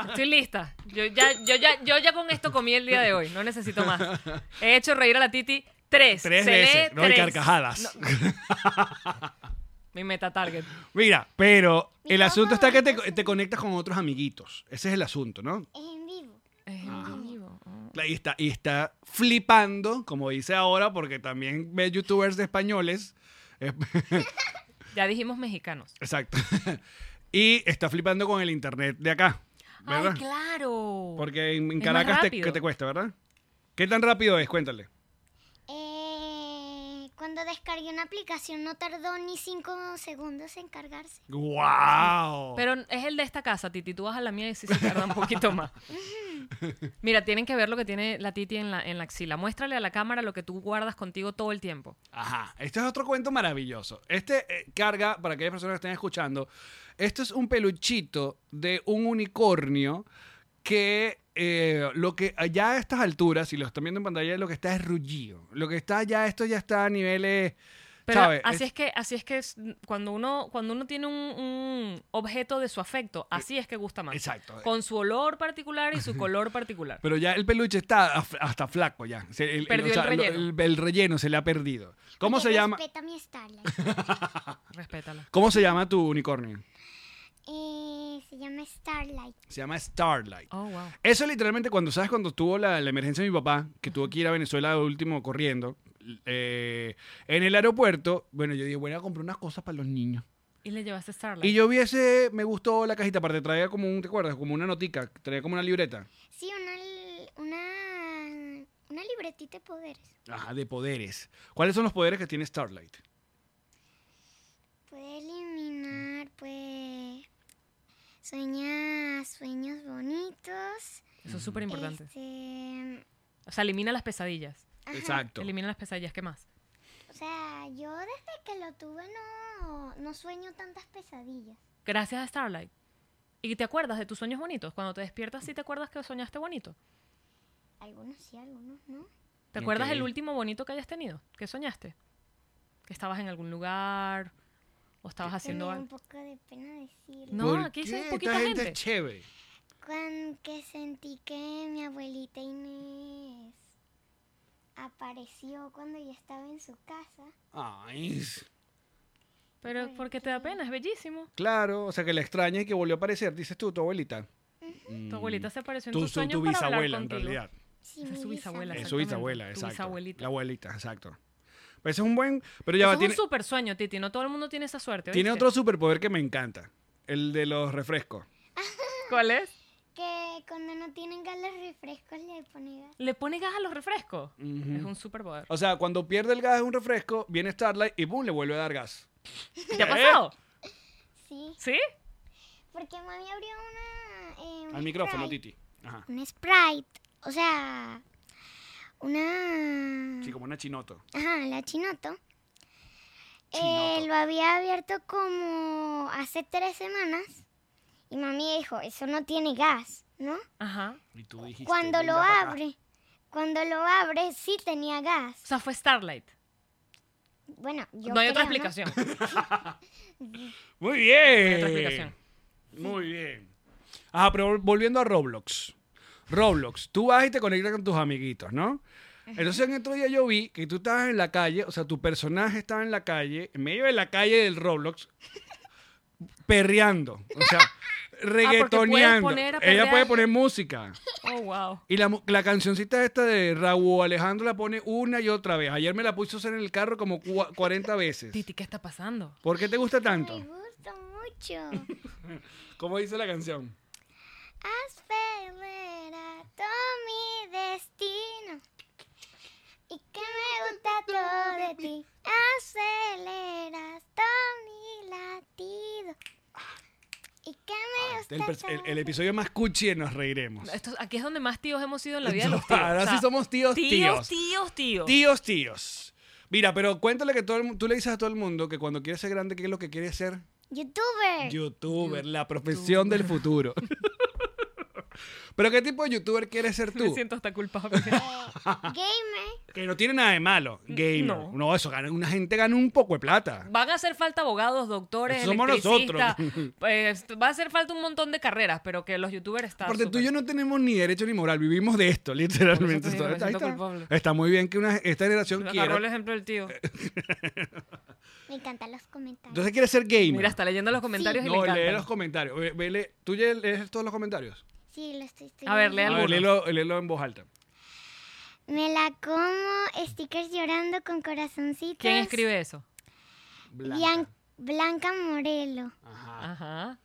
[SPEAKER 3] Estoy lista. Yo ya, yo, ya, yo ya con esto comí el día de hoy. No necesito más. He hecho reír a la Titi tres.
[SPEAKER 1] Tres
[SPEAKER 3] Se lee
[SPEAKER 1] veces. No, y
[SPEAKER 3] tres.
[SPEAKER 1] carcajadas. Ah.
[SPEAKER 3] Mi meta target.
[SPEAKER 1] Mira, pero el
[SPEAKER 4] Mira,
[SPEAKER 1] asunto
[SPEAKER 4] mamá,
[SPEAKER 1] está que te,
[SPEAKER 4] entonces-
[SPEAKER 1] te conectas con otros amiguitos. Ese es el asunto, ¿no?
[SPEAKER 4] Es en vivo.
[SPEAKER 3] Es en vivo.
[SPEAKER 1] Y está, y está flipando, como dice ahora, porque también ve youtubers de españoles. Eh,
[SPEAKER 3] Ya dijimos mexicanos.
[SPEAKER 1] Exacto. y está flipando con el internet de acá. ¿Verdad?
[SPEAKER 3] Ay, claro.
[SPEAKER 1] Porque en, en
[SPEAKER 3] Es más
[SPEAKER 1] Caracas te,
[SPEAKER 3] rápido.
[SPEAKER 1] que te cuesta, ¿verdad? ¿Qué tan rápido es? Cuéntale.
[SPEAKER 4] Eh, cuando descargué una aplicación no tardó ni 5 segundos en cargarse.
[SPEAKER 1] ¡Guau!
[SPEAKER 3] Pero es el de esta casa, Titi. Tú vas a la mía y sí se tarda un poquito más. Mira, tienen que ver lo que tiene la Titi en la, en la axila. Muéstrale a la cámara lo que tú guardas contigo todo el tiempo.
[SPEAKER 1] Ajá, este es otro cuento maravilloso. Este eh, carga, para aquellas personas que estén escuchando, esto es un peluchito de un unicornio que eh, lo que allá a estas alturas, si lo están viendo en pantalla, lo que está es rullido. Lo que está ya, esto ya está a niveles
[SPEAKER 3] Pero
[SPEAKER 1] ¿Sabe?
[SPEAKER 3] así
[SPEAKER 1] Es-
[SPEAKER 3] es que, así es que es- cuando uno, cuando uno tiene un, un objeto de su afecto, así es que gusta más.
[SPEAKER 1] Eh, exacto.
[SPEAKER 3] Con su olor particular y su color particular.
[SPEAKER 1] Pero ya el peluche está af- hasta flaco ya. Se- el,
[SPEAKER 3] Perdió el
[SPEAKER 1] lo-
[SPEAKER 3] relleno.
[SPEAKER 1] el- el relleno se le ha perdido. ¿Cómo
[SPEAKER 4] Oye,
[SPEAKER 1] se llama?
[SPEAKER 4] Respeta mi Starlight.
[SPEAKER 3] Respétala.
[SPEAKER 1] ¿Cómo se llama tu unicornio?
[SPEAKER 4] Eh, se llama Starlight.
[SPEAKER 1] Se llama Starlight.
[SPEAKER 3] Oh, wow.
[SPEAKER 1] Eso literalmente cuando, ¿sabes? Cuando tuvo la, la emergencia de mi papá, que tuvo que ir a Venezuela de último corriendo, eh, en el aeropuerto, bueno, yo dije, voy a comprar unas cosas para los niños.
[SPEAKER 3] Y le llevaste Starlight.
[SPEAKER 1] Y yo viese, me gustó la cajita, aparte traía como un, ¿te acuerdas? Como una notica, traía como una libreta.
[SPEAKER 4] Sí, una, li- una, una libretita de poderes.
[SPEAKER 1] Ajá, de poderes. ¿Cuáles son los poderes que tiene Starlight?
[SPEAKER 4] Puede eliminar, pues... Sueña sueños bonitos.
[SPEAKER 3] Eso es súper importante.
[SPEAKER 4] Este,
[SPEAKER 3] O sea, elimina las pesadillas.
[SPEAKER 4] Ajá.
[SPEAKER 1] Exacto.
[SPEAKER 3] Elimina las pesadillas. ¿Qué más?
[SPEAKER 4] o sea, yo desde que lo tuve no, no sueño tantas pesadillas.
[SPEAKER 3] Gracias a Starlight. ¿Y te acuerdas de tus sueños bonitos? Cuando te despiertas, ¿sí te acuerdas que soñaste bonito?
[SPEAKER 4] Algunos sí, algunos no.
[SPEAKER 3] ¿Te acuerdas
[SPEAKER 1] Ok.
[SPEAKER 3] el último bonito que hayas tenido? ¿Qué soñaste? ¿Que estabas en algún lugar? ¿O estabas haciendo
[SPEAKER 4] me da
[SPEAKER 3] algo?
[SPEAKER 4] un poco de pena decirlo.
[SPEAKER 3] No,
[SPEAKER 1] ¿Por
[SPEAKER 3] aquí
[SPEAKER 1] qué?
[SPEAKER 3] hay
[SPEAKER 1] Esta
[SPEAKER 3] poquita
[SPEAKER 1] gente.
[SPEAKER 3] gente.
[SPEAKER 1] es chévere.
[SPEAKER 4] Cuando que sentí que mi abuelita Inés apareció cuando yo estaba en su casa.
[SPEAKER 1] Ay,
[SPEAKER 3] Pero porque te da pena, es bellísimo.
[SPEAKER 1] claro, o sea que la extraña y que volvió a aparecer, dices tú, tu abuelita. Mm,
[SPEAKER 3] Tu abuelita se apareció en
[SPEAKER 1] Tu,
[SPEAKER 3] tus
[SPEAKER 1] su-
[SPEAKER 3] sueños
[SPEAKER 1] tu
[SPEAKER 3] para hablar
[SPEAKER 1] bisabuela, en
[SPEAKER 3] contigo.
[SPEAKER 1] realidad.
[SPEAKER 4] Sí,
[SPEAKER 3] Es
[SPEAKER 4] mi
[SPEAKER 3] su bisabuela,
[SPEAKER 1] Es
[SPEAKER 4] bisabuela.
[SPEAKER 1] su
[SPEAKER 3] Exactamente,
[SPEAKER 1] bisabuela,
[SPEAKER 3] tu
[SPEAKER 1] exacto.
[SPEAKER 3] bisabuelita.
[SPEAKER 1] La abuelita, exacto. Pues ese es un buen. Pero ya
[SPEAKER 3] Eso
[SPEAKER 1] va,
[SPEAKER 3] es
[SPEAKER 1] tiene,
[SPEAKER 3] un super sueño, Titi. No todo el mundo tiene esa suerte.
[SPEAKER 1] tiene
[SPEAKER 3] ¿oíste?
[SPEAKER 1] otro superpoder que me encanta: el de los refrescos.
[SPEAKER 3] ¿Cuál es?
[SPEAKER 4] Que cuando no tienen gas los refrescos le pone gas.
[SPEAKER 3] Le pone gas a los refrescos. Es un superpoder.
[SPEAKER 1] O sea, cuando pierde el gas de un refresco, viene Starlight y ¡pum! le vuelve a dar gas.
[SPEAKER 3] ¿Te ha pasado?
[SPEAKER 4] Sí,
[SPEAKER 3] ¿Sí?
[SPEAKER 4] porque mami abrió una... eh, un
[SPEAKER 1] Al micrófono,
[SPEAKER 4] Sprite.
[SPEAKER 1] Titi. Ajá.
[SPEAKER 4] Un Sprite. O sea, una...
[SPEAKER 1] Sí, como una chinoto.
[SPEAKER 4] Ajá, la chinoto.
[SPEAKER 1] Chinoto.
[SPEAKER 4] Eh, lo había abierto como hace tres semanas. Y mami dijo, eso no tiene gas, ¿no?
[SPEAKER 3] Ajá.
[SPEAKER 1] Y tú dijiste.
[SPEAKER 4] Cuando
[SPEAKER 1] "Venga
[SPEAKER 4] lo
[SPEAKER 1] pa' acá".
[SPEAKER 4] abre, cuando lo abre sí tenía gas.
[SPEAKER 3] O sea, fue Starlight.
[SPEAKER 4] Bueno, yo
[SPEAKER 3] no hay otra
[SPEAKER 4] creo, ¿no?
[SPEAKER 3] explicación.
[SPEAKER 1] Muy
[SPEAKER 3] No
[SPEAKER 1] bien.
[SPEAKER 3] hay otra explicación.
[SPEAKER 1] Muy bien. Ajá, Ah, pero vol- volviendo a Roblox. Roblox, tú vas y te conectas con tus amiguitos, ¿no? Entonces en otro día yo vi que tú estabas en la calle, o sea, tu personaje estaba en la calle, en medio de la calle del Roblox, perreando, o
[SPEAKER 3] Ah,
[SPEAKER 1] sea,
[SPEAKER 3] puedes
[SPEAKER 1] reggaetoneando.
[SPEAKER 3] poner a
[SPEAKER 1] Ella
[SPEAKER 3] perrear.
[SPEAKER 1] puede poner música.
[SPEAKER 3] Oh, wow.
[SPEAKER 1] Y la, mu- la cancioncita esta de Raúl Alejandro la pone una y otra vez. Ayer me la puso en el carro como cua- 40 veces.
[SPEAKER 3] Titi, ¿qué está pasando?
[SPEAKER 1] ¿Por qué te gusta tanto?
[SPEAKER 4] Me gusta mucho.
[SPEAKER 1] ¿Cómo dice la canción?
[SPEAKER 4] Acelera todo mi destino. Y que me gusta todo de ti. Aceleras todo mi latido. Y que me
[SPEAKER 1] Ah,
[SPEAKER 4] gusta
[SPEAKER 1] El, pers- el-
[SPEAKER 4] todo
[SPEAKER 1] el
[SPEAKER 4] de ti.
[SPEAKER 1] episodio más cuchi de nos reiremos.
[SPEAKER 3] Esto- aquí es donde más tíos hemos sido en la vida de los tíos.
[SPEAKER 1] Ahora
[SPEAKER 3] O sea,
[SPEAKER 1] sí somos tíos, tíos.
[SPEAKER 3] Tíos, tíos, tíos.
[SPEAKER 1] Tíos, tíos. Mira, pero cuéntale que todo el mu- tú le dices a todo el mundo que cuando quieres ser grande, ¿qué es lo que quieres ser?
[SPEAKER 3] Eh,
[SPEAKER 4] Youtuber.
[SPEAKER 1] Youtuber, la profesión del futuro. pero ¿qué tipo de youtuber quieres ser
[SPEAKER 3] Me
[SPEAKER 1] tú?
[SPEAKER 3] siento hasta culpable.
[SPEAKER 4] eh, gamer.
[SPEAKER 1] Que no tiene nada de malo. Gamer. No,
[SPEAKER 3] no.
[SPEAKER 1] eso, gana, una gente gana un poco de plata.
[SPEAKER 3] Van a hacer falta abogados, doctores,
[SPEAKER 1] Eso somos
[SPEAKER 3] electricistas.
[SPEAKER 1] nosotros.
[SPEAKER 3] Pues, va a hacer falta un montón de carreras, pero que los youtubers están.
[SPEAKER 1] Porque tú y
[SPEAKER 3] súper-
[SPEAKER 1] yo no tenemos ni derecho ni moral, vivimos de esto, literalmente.
[SPEAKER 3] Por eso te digo, me
[SPEAKER 1] Está-
[SPEAKER 3] siento
[SPEAKER 1] está-
[SPEAKER 3] culpable.
[SPEAKER 1] está muy bien que una, esta generación
[SPEAKER 3] Me
[SPEAKER 1] quiera.
[SPEAKER 3] agarró el ejemplo del tío.
[SPEAKER 4] Me encantan los comentarios.
[SPEAKER 1] Entonces quieres ser gamer.
[SPEAKER 3] Mira, está leyendo los comentarios y le
[SPEAKER 1] no, lee
[SPEAKER 3] encantan.
[SPEAKER 1] los comentarios. Ve- vele- ¿Tú ya lees todos los comentarios?
[SPEAKER 4] Sí, lo estoy, estoy
[SPEAKER 3] A ver,
[SPEAKER 4] leyendo.
[SPEAKER 1] A ver,
[SPEAKER 3] algunos.
[SPEAKER 1] léelo, léelo en voz alta.
[SPEAKER 4] Me la como, stickers llorando con corazoncitos.
[SPEAKER 3] ¿Quién escribe eso?
[SPEAKER 1] Blanca.
[SPEAKER 4] Bian- Blanca Morelo.
[SPEAKER 1] Ajá.
[SPEAKER 3] Ajá.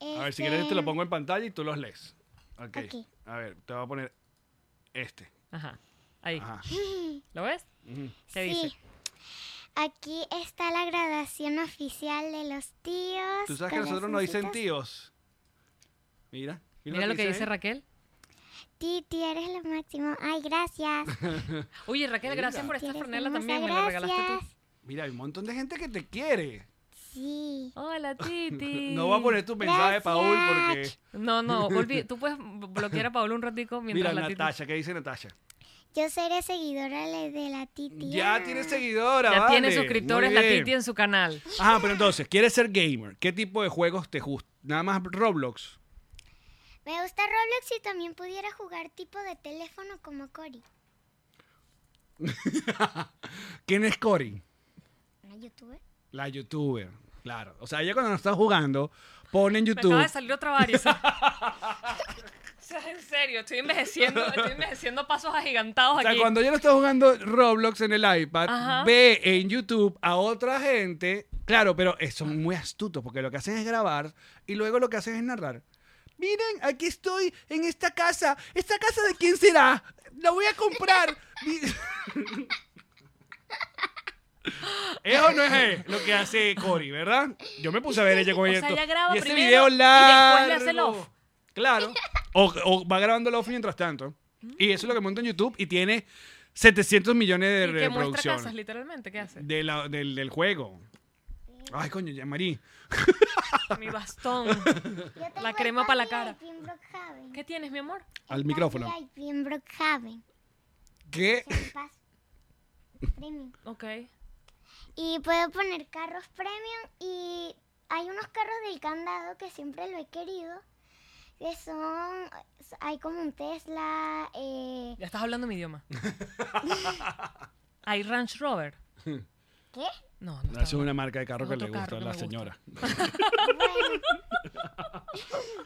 [SPEAKER 1] A ver, si quieres te
[SPEAKER 4] Este,
[SPEAKER 1] lo pongo en pantalla y tú los lees. Ok.
[SPEAKER 4] Ok.
[SPEAKER 1] A ver, te voy a poner este.
[SPEAKER 3] Ajá. Ahí.
[SPEAKER 1] Ajá.
[SPEAKER 3] ¿Lo ves? ¿Qué
[SPEAKER 4] Sí.
[SPEAKER 3] dice?
[SPEAKER 4] Aquí está la graduación oficial de los tíos.
[SPEAKER 1] Tú sabes que nosotros nos dicen tíos. Mira.
[SPEAKER 3] Mira lo que dice
[SPEAKER 1] ahí.
[SPEAKER 3] Raquel.
[SPEAKER 4] Titi, eres lo máximo. Ay, gracias.
[SPEAKER 3] Oye, Raquel, gracias por esta
[SPEAKER 4] Tienes
[SPEAKER 3] franela
[SPEAKER 4] hermosa,
[SPEAKER 3] también. Me la regalaste tú.
[SPEAKER 4] gracias.
[SPEAKER 1] Mira, hay un montón de gente que te quiere.
[SPEAKER 4] Sí.
[SPEAKER 3] Hola, Titi.
[SPEAKER 1] No voy a poner tu mensaje,
[SPEAKER 4] Gracias.
[SPEAKER 1] Paul, porque...
[SPEAKER 3] No, no, volví. Tú puedes bloquear a Paolo un ratico mientras
[SPEAKER 1] Mira,
[SPEAKER 3] la Titi-
[SPEAKER 1] Natasha, ¿qué dice Natasha?
[SPEAKER 4] Yo seré seguidora le- de la Titi.
[SPEAKER 1] Ya tiene seguidora.
[SPEAKER 3] Ya tiene
[SPEAKER 1] vale.
[SPEAKER 3] suscriptores
[SPEAKER 1] Muy
[SPEAKER 3] la
[SPEAKER 1] bien.
[SPEAKER 3] Titi en su canal.
[SPEAKER 1] Ajá, pero entonces, ¿quieres ser gamer? ¿Qué tipo de juegos te gustan? Nada más Roblox.
[SPEAKER 4] Me gusta Roblox y también pudiera jugar tipo de teléfono como Cory.
[SPEAKER 1] ¿Quién es Cory?
[SPEAKER 4] ¿Una youtuber?
[SPEAKER 1] La youtuber. Claro. O sea, ella cuando no está jugando, pone en
[SPEAKER 3] Me
[SPEAKER 1] YouTube.
[SPEAKER 3] acaba de salir otra varice. o sea, en serio, estoy envejeciendo, estoy envejeciendo a pasos agigantados
[SPEAKER 1] O sea,
[SPEAKER 3] aquí.
[SPEAKER 1] cuando ella no está jugando Roblox en el iPad,
[SPEAKER 3] Ajá.
[SPEAKER 1] ve en YouTube a otra gente. Claro, pero eh, son muy astutos porque lo que hacen es grabar y luego lo que hacen es narrar. Miren, aquí estoy en esta casa. ¿Esta casa de quién será? La voy a comprar. Mi- Eso no es eh, lo que hace Cory, ¿verdad? Yo me puse a ver ella con
[SPEAKER 3] O
[SPEAKER 1] ella.
[SPEAKER 3] sea,
[SPEAKER 1] esto.
[SPEAKER 3] ella graba
[SPEAKER 1] y ese
[SPEAKER 3] primero
[SPEAKER 1] video
[SPEAKER 3] y después le
[SPEAKER 1] largo.
[SPEAKER 3] hace el off.
[SPEAKER 1] Claro. O, o va grabando el off mientras tanto. Y eso es lo que monta en YouTube y tiene 700 millones de
[SPEAKER 3] y que muestra
[SPEAKER 1] reproducciones.
[SPEAKER 3] casas, literalmente, ¿qué hace?
[SPEAKER 1] de la- del, del juego. Ay, coño, ya Marí.
[SPEAKER 3] Mi bastón.
[SPEAKER 4] Yo tengo
[SPEAKER 3] La
[SPEAKER 4] el
[SPEAKER 3] crema pa' la
[SPEAKER 4] Cory
[SPEAKER 3] cara.
[SPEAKER 4] VIP en Brookhaven.
[SPEAKER 3] ¿Qué tienes, mi amor?
[SPEAKER 1] Al
[SPEAKER 4] El
[SPEAKER 1] micrófono.
[SPEAKER 4] Cory VIP en Brookhaven.
[SPEAKER 1] ¿Qué?
[SPEAKER 4] Se me pasa. Premium.
[SPEAKER 3] Ok.
[SPEAKER 4] Y puedo poner carros premium y hay unos carros del candado que siempre lo he querido. Que son, hay como un Tesla, eh,
[SPEAKER 3] Ya estás hablando mi idioma. Hay Ranch Rover.
[SPEAKER 4] ¿qué?
[SPEAKER 3] No, no.
[SPEAKER 1] Eso es
[SPEAKER 3] Está
[SPEAKER 1] una marca de carro que
[SPEAKER 3] Otro
[SPEAKER 1] le gusta
[SPEAKER 3] carro
[SPEAKER 1] a la
[SPEAKER 3] que me gusta.
[SPEAKER 1] señora.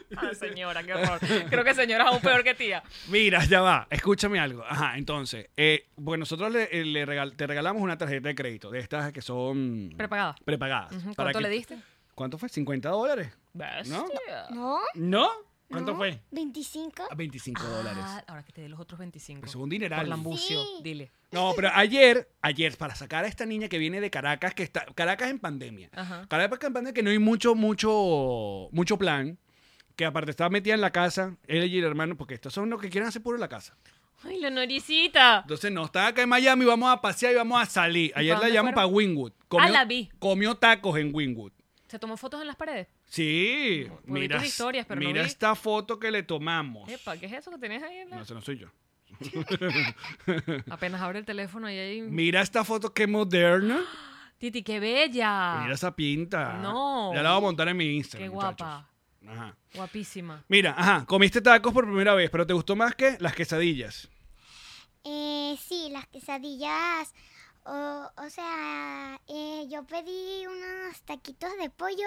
[SPEAKER 4] Bueno,
[SPEAKER 3] ah, señora, qué horror. Creo que señora es aún peor que tía.
[SPEAKER 1] Mira, ya va. Escúchame algo. Ajá, entonces, eh, pues nosotros le, eh, le regal- te regalamos una tarjeta de crédito de estas que son
[SPEAKER 3] Prepagada.
[SPEAKER 1] prepagadas.
[SPEAKER 3] Ujú,
[SPEAKER 1] para
[SPEAKER 3] ¿Cuánto
[SPEAKER 1] que-
[SPEAKER 3] le diste?
[SPEAKER 1] ¿Cuánto fue? ¿50 dólares?
[SPEAKER 3] Bestia.
[SPEAKER 4] no,
[SPEAKER 1] ¿No? ¿Cuánto
[SPEAKER 4] no,
[SPEAKER 1] fue?
[SPEAKER 4] 25.
[SPEAKER 1] A 25 dólares.
[SPEAKER 3] Ah, ahora que te dé los otros 25.
[SPEAKER 1] Eso es un dineral.
[SPEAKER 3] Por lambucio,
[SPEAKER 4] Sí.
[SPEAKER 3] dile.
[SPEAKER 1] No, pero ayer, ayer, para sacar a esta niña que viene de Caracas, que está, Caracas en pandemia.
[SPEAKER 3] Ajá.
[SPEAKER 1] Caracas en pandemia que no hay mucho, mucho, mucho plan. Que aparte estaba metida en la casa, él y el hermano, porque estos son los que quieren hacer puro en la casa.
[SPEAKER 3] Ay, la noricita.
[SPEAKER 1] Entonces, no, está acá en Miami, vamos a pasear y vamos a salir. Ayer
[SPEAKER 3] para
[SPEAKER 1] la
[SPEAKER 3] dónde
[SPEAKER 1] llamo
[SPEAKER 3] fueron?
[SPEAKER 1] para
[SPEAKER 3] Ah,
[SPEAKER 1] Wingwood.
[SPEAKER 3] la vi.
[SPEAKER 1] Comió tacos en Wingwood.
[SPEAKER 3] ¿Se tomó fotos en las paredes?
[SPEAKER 1] Sí,
[SPEAKER 3] Pues vi tus historias, pero no
[SPEAKER 1] mira
[SPEAKER 3] vi.
[SPEAKER 1] esta foto que le tomamos.
[SPEAKER 3] Epa, ¿qué es eso que tenías ahí? en la-
[SPEAKER 1] No, ese no soy yo.
[SPEAKER 3] Apenas abre el teléfono y ahí...
[SPEAKER 1] Mira esta foto que moderna.
[SPEAKER 3] Titi, qué bella.
[SPEAKER 1] Mira esa pinta.
[SPEAKER 3] Ah. No.
[SPEAKER 1] Ya la voy a montar en mi Instagram.
[SPEAKER 3] qué
[SPEAKER 1] muchachos.
[SPEAKER 3] guapa.
[SPEAKER 1] Ajá.
[SPEAKER 3] Guapísima.
[SPEAKER 1] Mira, ajá, comiste tacos por primera vez, pero ¿te gustó más que las quesadillas?
[SPEAKER 4] Eh, sí, las quesadillas. O, o sea, eh, yo pedí unos taquitos de pollo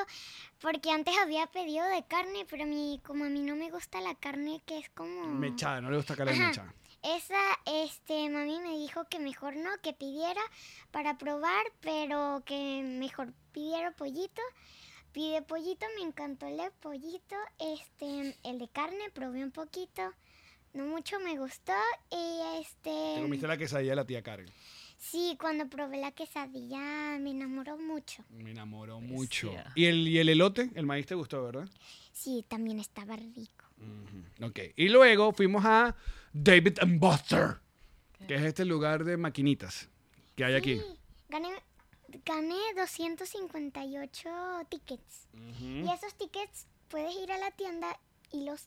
[SPEAKER 4] porque antes había pedido de carne, pero a mí, como a mí no me gusta la carne que es como...
[SPEAKER 1] Mechada, no le gusta cara de
[SPEAKER 4] Mm. Ajá.
[SPEAKER 1] mechada.
[SPEAKER 4] Esa, este, mami me dijo que mejor no, que pidiera para probar, pero que mejor pidiera pollito. Pide pollito, me encantó el de pollito, este, el de carne, probé un poquito, no mucho me gustó y
[SPEAKER 1] Te
[SPEAKER 4] este...
[SPEAKER 1] comiste la quesadilla de la tía Karen.
[SPEAKER 4] Sí, cuando probé la quesadilla me enamoró mucho.
[SPEAKER 1] Me enamoró mucho.
[SPEAKER 3] Bestia.
[SPEAKER 1] ¿Y el, y el elote? El maíz te gustó, ¿verdad?
[SPEAKER 4] Sí, también estaba rico.
[SPEAKER 1] Ok. Y luego fuimos a David and Buster, que es este lugar de maquinitas que hay aquí.
[SPEAKER 4] Sí, gané, gané 258 tickets. Y esos tickets puedes ir a la tienda y los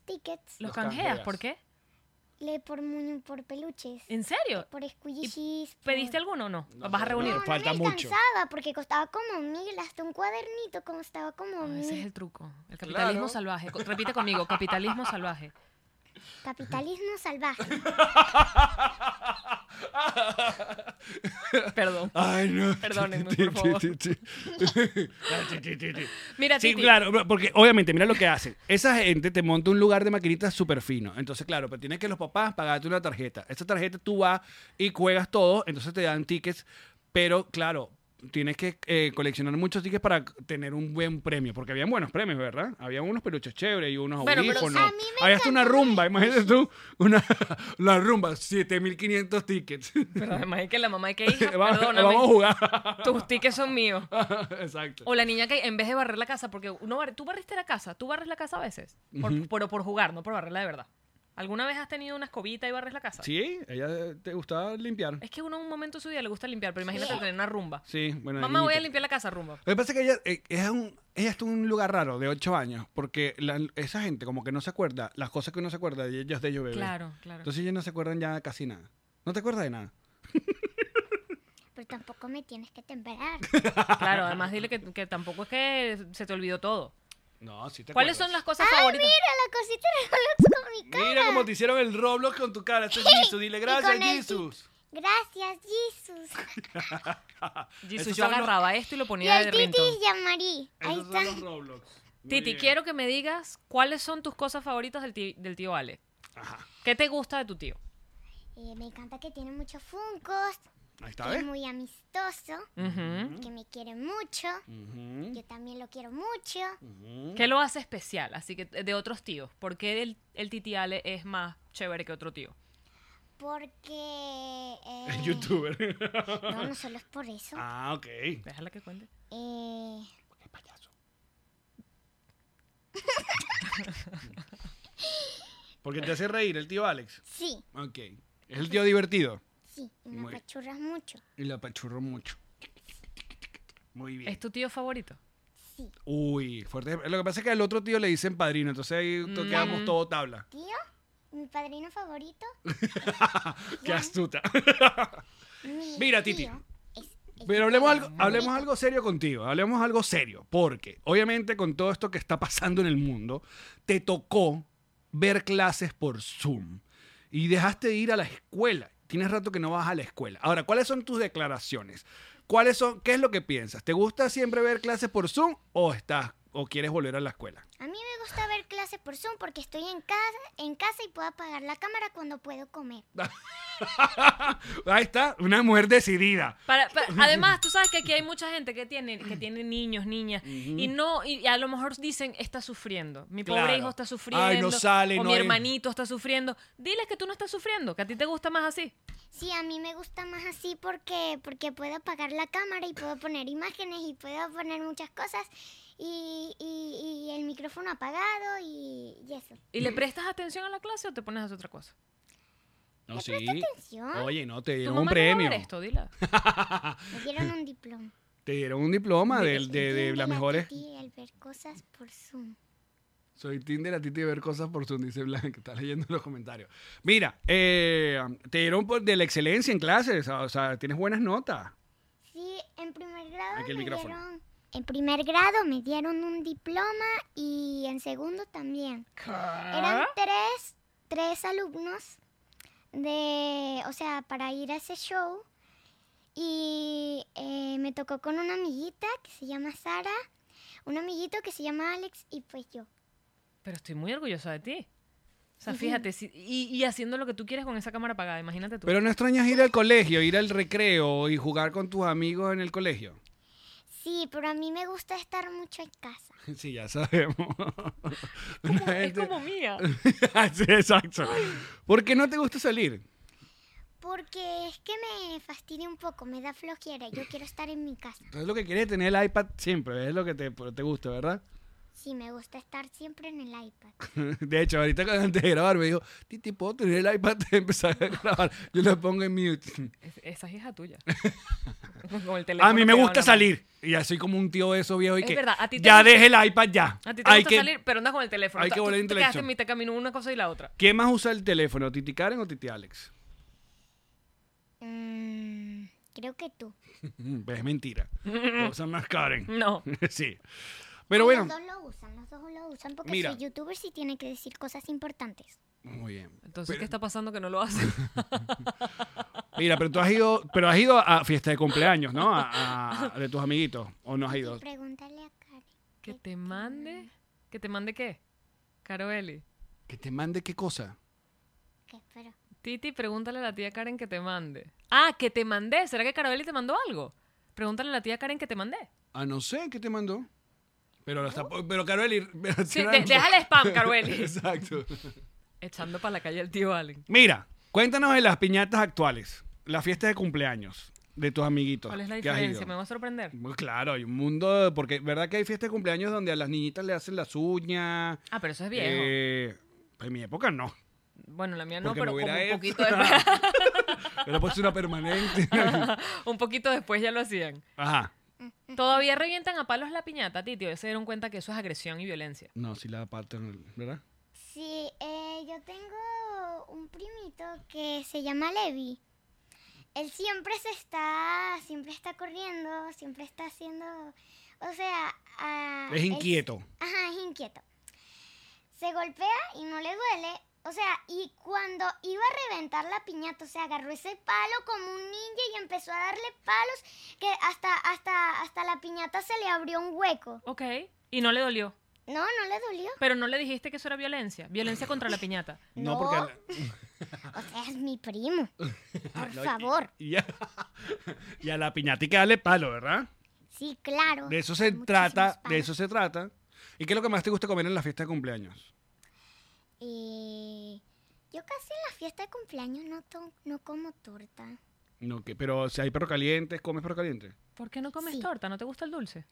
[SPEAKER 3] Los
[SPEAKER 4] tickets
[SPEAKER 1] Los
[SPEAKER 3] canjeas,
[SPEAKER 1] canjeas.
[SPEAKER 3] ¿por qué?
[SPEAKER 4] le por muño, por peluches,
[SPEAKER 3] ¿En serio?
[SPEAKER 4] por squishies. por-
[SPEAKER 3] ¿Pediste alguno o no? ¿Vas a reunir?
[SPEAKER 1] Bueno,
[SPEAKER 4] No, no
[SPEAKER 1] falta
[SPEAKER 4] me
[SPEAKER 1] mucho.
[SPEAKER 4] alcanzaba porque costaba como mil, hasta un cuadernito costaba como
[SPEAKER 3] Ah,
[SPEAKER 4] mil.
[SPEAKER 3] ese es el truco. El capitalismo
[SPEAKER 1] Claro.
[SPEAKER 3] salvaje. Co- Repite conmigo, capitalismo salvaje.
[SPEAKER 4] Capitalismo salvaje.
[SPEAKER 3] Perdón.
[SPEAKER 1] Ay, no.
[SPEAKER 3] Perdónenme, por favor. Mira,
[SPEAKER 1] Sí,
[SPEAKER 3] Titi.
[SPEAKER 1] claro, bro, porque obviamente, mira lo que hacen. Esa gente te monta un lugar de maquinitas súper fino. Entonces, claro, pero tienes que los papás pagarte una tarjeta. Esa tarjeta tú vas y juegas todo, entonces te dan tickets, pero claro, tienes que eh, coleccionar muchos tickets para tener un buen premio, porque habían buenos premios, ¿verdad? Había unos peluches chéveres y unos
[SPEAKER 3] Bueno, pero
[SPEAKER 1] audífonos.
[SPEAKER 4] a mí me
[SPEAKER 1] Había hasta una
[SPEAKER 4] encantó
[SPEAKER 1] rumba, imagínate tú, una, la rumba, 7500 tickets.
[SPEAKER 3] Pero además es que la mamá y que hija,
[SPEAKER 1] vamos,
[SPEAKER 3] perdóname.
[SPEAKER 1] vamos a jugar.
[SPEAKER 3] Tus tickets son míos.
[SPEAKER 1] Exacto.
[SPEAKER 3] O la niña que en vez de barrer la casa, porque uno barre- tú barriste la casa, tú barres la casa a veces, por, pero por jugar, no por barrerla de verdad. ¿Alguna vez has tenido una escobita y barres la casa?
[SPEAKER 1] Sí, ella te gustaba limpiar.
[SPEAKER 3] Es que uno en un momento de su día le gusta limpiar, pero imagínate tener una rumba.
[SPEAKER 1] Sí, bueno.
[SPEAKER 3] Mamá, voy a
[SPEAKER 1] niñita.
[SPEAKER 3] limpiar la casa, rumba.
[SPEAKER 1] Lo que pasa es que ella, eh, es un, ella está en un lugar raro de 8 años, porque la- esa gente como que no se acuerda, las cosas que uno se acuerda de ellas de ellos bebés.
[SPEAKER 3] Claro, claro.
[SPEAKER 1] Entonces ellos no se acuerdan ya casi nada. No te acuerdas de nada.
[SPEAKER 4] Pero tampoco me tienes que temperar.
[SPEAKER 3] Claro, además dile que, que tampoco es que se te olvidó todo.
[SPEAKER 1] No, sí te
[SPEAKER 3] ¿Cuáles son las cosas favoritas?
[SPEAKER 4] Ah, Mira la cosita de Roblox con mi cara.
[SPEAKER 1] Mira cómo te hicieron el Roblox con tu cara. Este es Jesus. Dile
[SPEAKER 4] Y
[SPEAKER 1] gracias,
[SPEAKER 4] con el
[SPEAKER 1] Jesus.
[SPEAKER 4] Gracias, Jesus.
[SPEAKER 3] Jesús,
[SPEAKER 1] Esos
[SPEAKER 3] yo
[SPEAKER 1] son los-
[SPEAKER 3] agarraba esto y lo
[SPEAKER 4] Y
[SPEAKER 3] ponía de
[SPEAKER 4] el Titi
[SPEAKER 3] ringtone.
[SPEAKER 4] y Yamari. Ahí
[SPEAKER 1] Esos son
[SPEAKER 4] está.
[SPEAKER 1] los Roblox. Muy
[SPEAKER 3] Titi,
[SPEAKER 1] bien.
[SPEAKER 3] quiero que me digas cuáles son tus cosas favoritas del ti- del tío, Ale.
[SPEAKER 1] Ajá.
[SPEAKER 3] ¿Qué te gusta de tu tío?
[SPEAKER 4] Eh, me encanta que tiene muchos funcos.
[SPEAKER 1] Ahí está,
[SPEAKER 4] Que es
[SPEAKER 1] ¿ves?
[SPEAKER 4] muy amistoso.
[SPEAKER 3] Ujú.
[SPEAKER 4] Que me quiere mucho.
[SPEAKER 1] Ujú,
[SPEAKER 4] Yo también lo quiero mucho.
[SPEAKER 1] ujú.
[SPEAKER 3] ¿Qué lo hace especial? Así que de otros tíos. ¿Por qué el, el Titi Ale es más chévere que otro tío?
[SPEAKER 4] Porque. eh,
[SPEAKER 1] El youtuber.
[SPEAKER 4] No, no solo es por eso.
[SPEAKER 1] ah, ok.
[SPEAKER 3] Déjala que cuente.
[SPEAKER 4] Eh,
[SPEAKER 1] Qué payaso. Porque te hace reír el tío Alex.
[SPEAKER 4] sí,
[SPEAKER 1] Ok. Es el tío divertido.
[SPEAKER 4] sí. Y
[SPEAKER 1] Muy-
[SPEAKER 4] me apachurras mucho.
[SPEAKER 1] Y la apachurró mucho. Muy bien.
[SPEAKER 3] ¿Es tu tío favorito?
[SPEAKER 4] Sí.
[SPEAKER 1] Uy, fuerte. Lo que pasa es que al otro tío le dicen padrino, entonces ahí to- quedamos todo tabla.
[SPEAKER 4] Tío, mi padrino favorito.
[SPEAKER 1] Qué astuta.
[SPEAKER 4] mi
[SPEAKER 1] Mira, Titi.
[SPEAKER 4] tío, es el
[SPEAKER 1] Pero hablemos algo,
[SPEAKER 4] favorito.
[SPEAKER 1] hablemos algo serio contigo, hablemos algo serio, porque obviamente con todo esto que está pasando en el mundo, te tocó ver clases por Zoom y dejaste de ir a la escuela. Tienes rato que no vas a la escuela. Ahora, ¿cuáles son tus declaraciones? ¿Cuáles son qué es lo que piensas? ¿Te gusta siempre ver clases por Zoom o estás o quieres volver a la escuela?
[SPEAKER 4] A mí me gusta ver clases por Zoom porque estoy en casa, en casa y puedo apagar la cámara cuando puedo comer.
[SPEAKER 1] Ahí está, una mujer decidida.
[SPEAKER 3] Para- para- además, tú sabes que aquí hay mucha gente que tiene, que tiene niños, niñas, y no, y a lo mejor dicen, está sufriendo. Mi
[SPEAKER 1] Claro.
[SPEAKER 3] pobre hijo está sufriendo.
[SPEAKER 1] Ay, no sale,
[SPEAKER 3] o
[SPEAKER 1] no
[SPEAKER 3] mi
[SPEAKER 1] hay-
[SPEAKER 3] hermanito está sufriendo. Diles que tú no estás sufriendo, que a ti te gusta más así.
[SPEAKER 4] Sí, a mí me gusta más así porque, porque puedo apagar la cámara y puedo poner imágenes y puedo poner muchas cosas y, y- y el micrófono apagado y, y eso.
[SPEAKER 3] ¿Y le prestas atención a la clase o te pones a hacer otra cosa?
[SPEAKER 1] No,
[SPEAKER 4] Le
[SPEAKER 1] sí.
[SPEAKER 4] presto atención.
[SPEAKER 1] Oye, no, te
[SPEAKER 3] Tu
[SPEAKER 1] dieron
[SPEAKER 3] mamá
[SPEAKER 1] un
[SPEAKER 3] no va a
[SPEAKER 1] premio.
[SPEAKER 3] ver esto, dila.
[SPEAKER 4] Me dieron un diploma.
[SPEAKER 1] Te dieron un diploma de, de, de
[SPEAKER 4] Entiende
[SPEAKER 1] las mejores.
[SPEAKER 4] Titi al ver cosas por Zoom.
[SPEAKER 1] Soy Tinder a ti te ver cosas por Zoom, dice Blanca, que está leyendo los comentarios. Mira, eh, te dieron por- de la excelencia en clases, o sea, tienes buenas notas.
[SPEAKER 4] Sí, en primer grado
[SPEAKER 1] Aquí el
[SPEAKER 4] me
[SPEAKER 1] micrófono.
[SPEAKER 4] dieron... En primer grado me dieron un diploma y en segundo también.
[SPEAKER 1] Ah.
[SPEAKER 4] Eran tres, tres alumnos de, o sea, para ir a ese show. Y eh, me tocó con una amiguita que se llama Sara, un amiguito que se llama Alex y pues yo.
[SPEAKER 3] Pero estoy muy orgullosa de ti. O sea, fíjate, si- y, y haciendo lo que tú quieres con esa cámara apagada, imagínate tú.
[SPEAKER 1] Pero no extrañas ir al colegio, ir al recreo y jugar con tus amigos en el colegio.
[SPEAKER 4] Sí, pero a mí me gusta estar mucho en casa.
[SPEAKER 1] Sí, ya sabemos. Una
[SPEAKER 3] Como- es
[SPEAKER 1] gente-
[SPEAKER 3] como mía.
[SPEAKER 1] sí, exacto. ¿Por qué no te gusta salir?
[SPEAKER 4] Porque es que me fastidia un poco, me da flojera. Yo quiero estar en mi casa.
[SPEAKER 1] Entonces lo que quieres es tener el iPad siempre, es lo que te, pues, te gusta, ¿verdad?
[SPEAKER 4] Sí, me gusta estar siempre en el iPad.
[SPEAKER 1] De hecho, ahorita cuando antes de grabar me dijo, Titi, ¿puedo tener el iPad y empezar a grabar? Yo lo pongo en mute.
[SPEAKER 3] Es- esa es hija tuya. Con el teléfono
[SPEAKER 1] A mí me
[SPEAKER 3] pegado en
[SPEAKER 1] gusta
[SPEAKER 3] la mano.
[SPEAKER 1] salir. Y así como un tío de esos viejos y
[SPEAKER 3] Es
[SPEAKER 1] que
[SPEAKER 3] verdad, a ti te
[SPEAKER 1] ya
[SPEAKER 3] gusta-
[SPEAKER 1] deje el iPad ya.
[SPEAKER 3] A ti te
[SPEAKER 1] Hay
[SPEAKER 3] gusta
[SPEAKER 1] que-
[SPEAKER 3] salir, pero andas con el teléfono.
[SPEAKER 1] hay
[SPEAKER 3] Tú-
[SPEAKER 1] que volver
[SPEAKER 3] tú
[SPEAKER 1] en
[SPEAKER 3] te
[SPEAKER 1] televisión.
[SPEAKER 3] quedaste en mitad de camino una cosa y la otra.
[SPEAKER 1] ¿Quién más usa el teléfono, Titi Karen o Titi Alex?
[SPEAKER 4] Mm, creo que tú.
[SPEAKER 1] Mm, pues es mentira. Lo usan más Karen.
[SPEAKER 3] No.
[SPEAKER 1] sí. Pero bueno,
[SPEAKER 4] Los dos lo usan, los dos lo usan porque
[SPEAKER 1] Mira.
[SPEAKER 4] soy youtuber sí tiene que decir cosas importantes.
[SPEAKER 1] muy bien.
[SPEAKER 3] Entonces, ¿qué está pasando que no lo hace?
[SPEAKER 1] Mira, pero tú has ido, pero has ido a fiesta de cumpleaños, ¿no? A- a- de tus amiguitos. ¿O no has
[SPEAKER 4] Y
[SPEAKER 1] ido?
[SPEAKER 4] pregúntale a Karen.
[SPEAKER 3] que te mande. ¿Que te mande qué? Caroeli.
[SPEAKER 1] Que te mande qué cosa.
[SPEAKER 4] Que espero.
[SPEAKER 3] Titi, pregúntale a la tía Karen que te mande. Ah, que te mandé. ¿Será que Caroeli te mandó algo? Pregúntale a la tía Karen que te mandé.
[SPEAKER 1] Ah, no sé, ¿qué te mandó? Pero, hasta, pero Caroli...
[SPEAKER 3] Sí, de- déjale spam, Caroeli.
[SPEAKER 1] Exacto.
[SPEAKER 3] Echando para la calle al tío Allen.
[SPEAKER 1] Mira, cuéntanos de las piñatas actuales, las fiestas de cumpleaños de tus amiguitos.
[SPEAKER 3] ¿Cuál es la
[SPEAKER 1] que has ido. Mm.
[SPEAKER 3] diferencia? Me va a sorprender.
[SPEAKER 1] Muy claro, hay un mundo, de- porque verdad que hay fiestas de cumpleaños donde a las niñitas le hacen las uñas.
[SPEAKER 3] Ah, pero eso es viejo.
[SPEAKER 1] Eh, en mi época no.
[SPEAKER 3] Bueno, la mía no,
[SPEAKER 1] Porque
[SPEAKER 3] pero
[SPEAKER 1] me hubiera
[SPEAKER 3] como un
[SPEAKER 1] hecho.
[SPEAKER 3] poquito después.
[SPEAKER 1] Pero pues una permanente.
[SPEAKER 3] un poquito después ya lo hacían.
[SPEAKER 1] Ajá. Mm.
[SPEAKER 3] Todavía revientan a palos la piñata, Titi. Se dieron cuenta que eso es agresión y violencia.
[SPEAKER 1] No, sí la parte, ¿verdad?
[SPEAKER 4] Sí, eh, yo tengo un primito que se llama Levi. él siempre se está, siempre está corriendo, siempre está haciendo, o sea, ah,
[SPEAKER 1] Es
[SPEAKER 4] él-
[SPEAKER 1] inquieto.
[SPEAKER 4] ajá, es inquieto. Se golpea y no le duele, o sea, y cuando iba a reventar la piñata, o sea, agarró ese palo como un ninja y empezó a darle palos que hasta, hasta, hasta la piñata se le abrió un hueco.
[SPEAKER 3] Ok. Y no le dolió.
[SPEAKER 4] No, no le dolió.
[SPEAKER 3] Pero no le dijiste que eso era violencia. Violencia contra la piñata.
[SPEAKER 1] No,
[SPEAKER 4] No.
[SPEAKER 1] porque.
[SPEAKER 4] O sea, es mi primo. Por
[SPEAKER 1] No, y-
[SPEAKER 4] favor.
[SPEAKER 1] Y, a, y a la piñatica dale palo, ¿verdad?
[SPEAKER 4] Sí, claro.
[SPEAKER 1] De eso se
[SPEAKER 4] Muchísimos
[SPEAKER 1] trata, de
[SPEAKER 4] palos.
[SPEAKER 1] eso se trata. ¿Y qué es lo que más te gusta comer en la fiesta de cumpleaños?
[SPEAKER 4] Eh, yo casi en la fiesta de cumpleaños no, to- no como torta.
[SPEAKER 1] No, que, pero si hay perro caliente, ¿comes perro caliente?
[SPEAKER 3] ¿Por qué no comes
[SPEAKER 4] Sí.
[SPEAKER 3] torta? ¿No te gusta el dulce?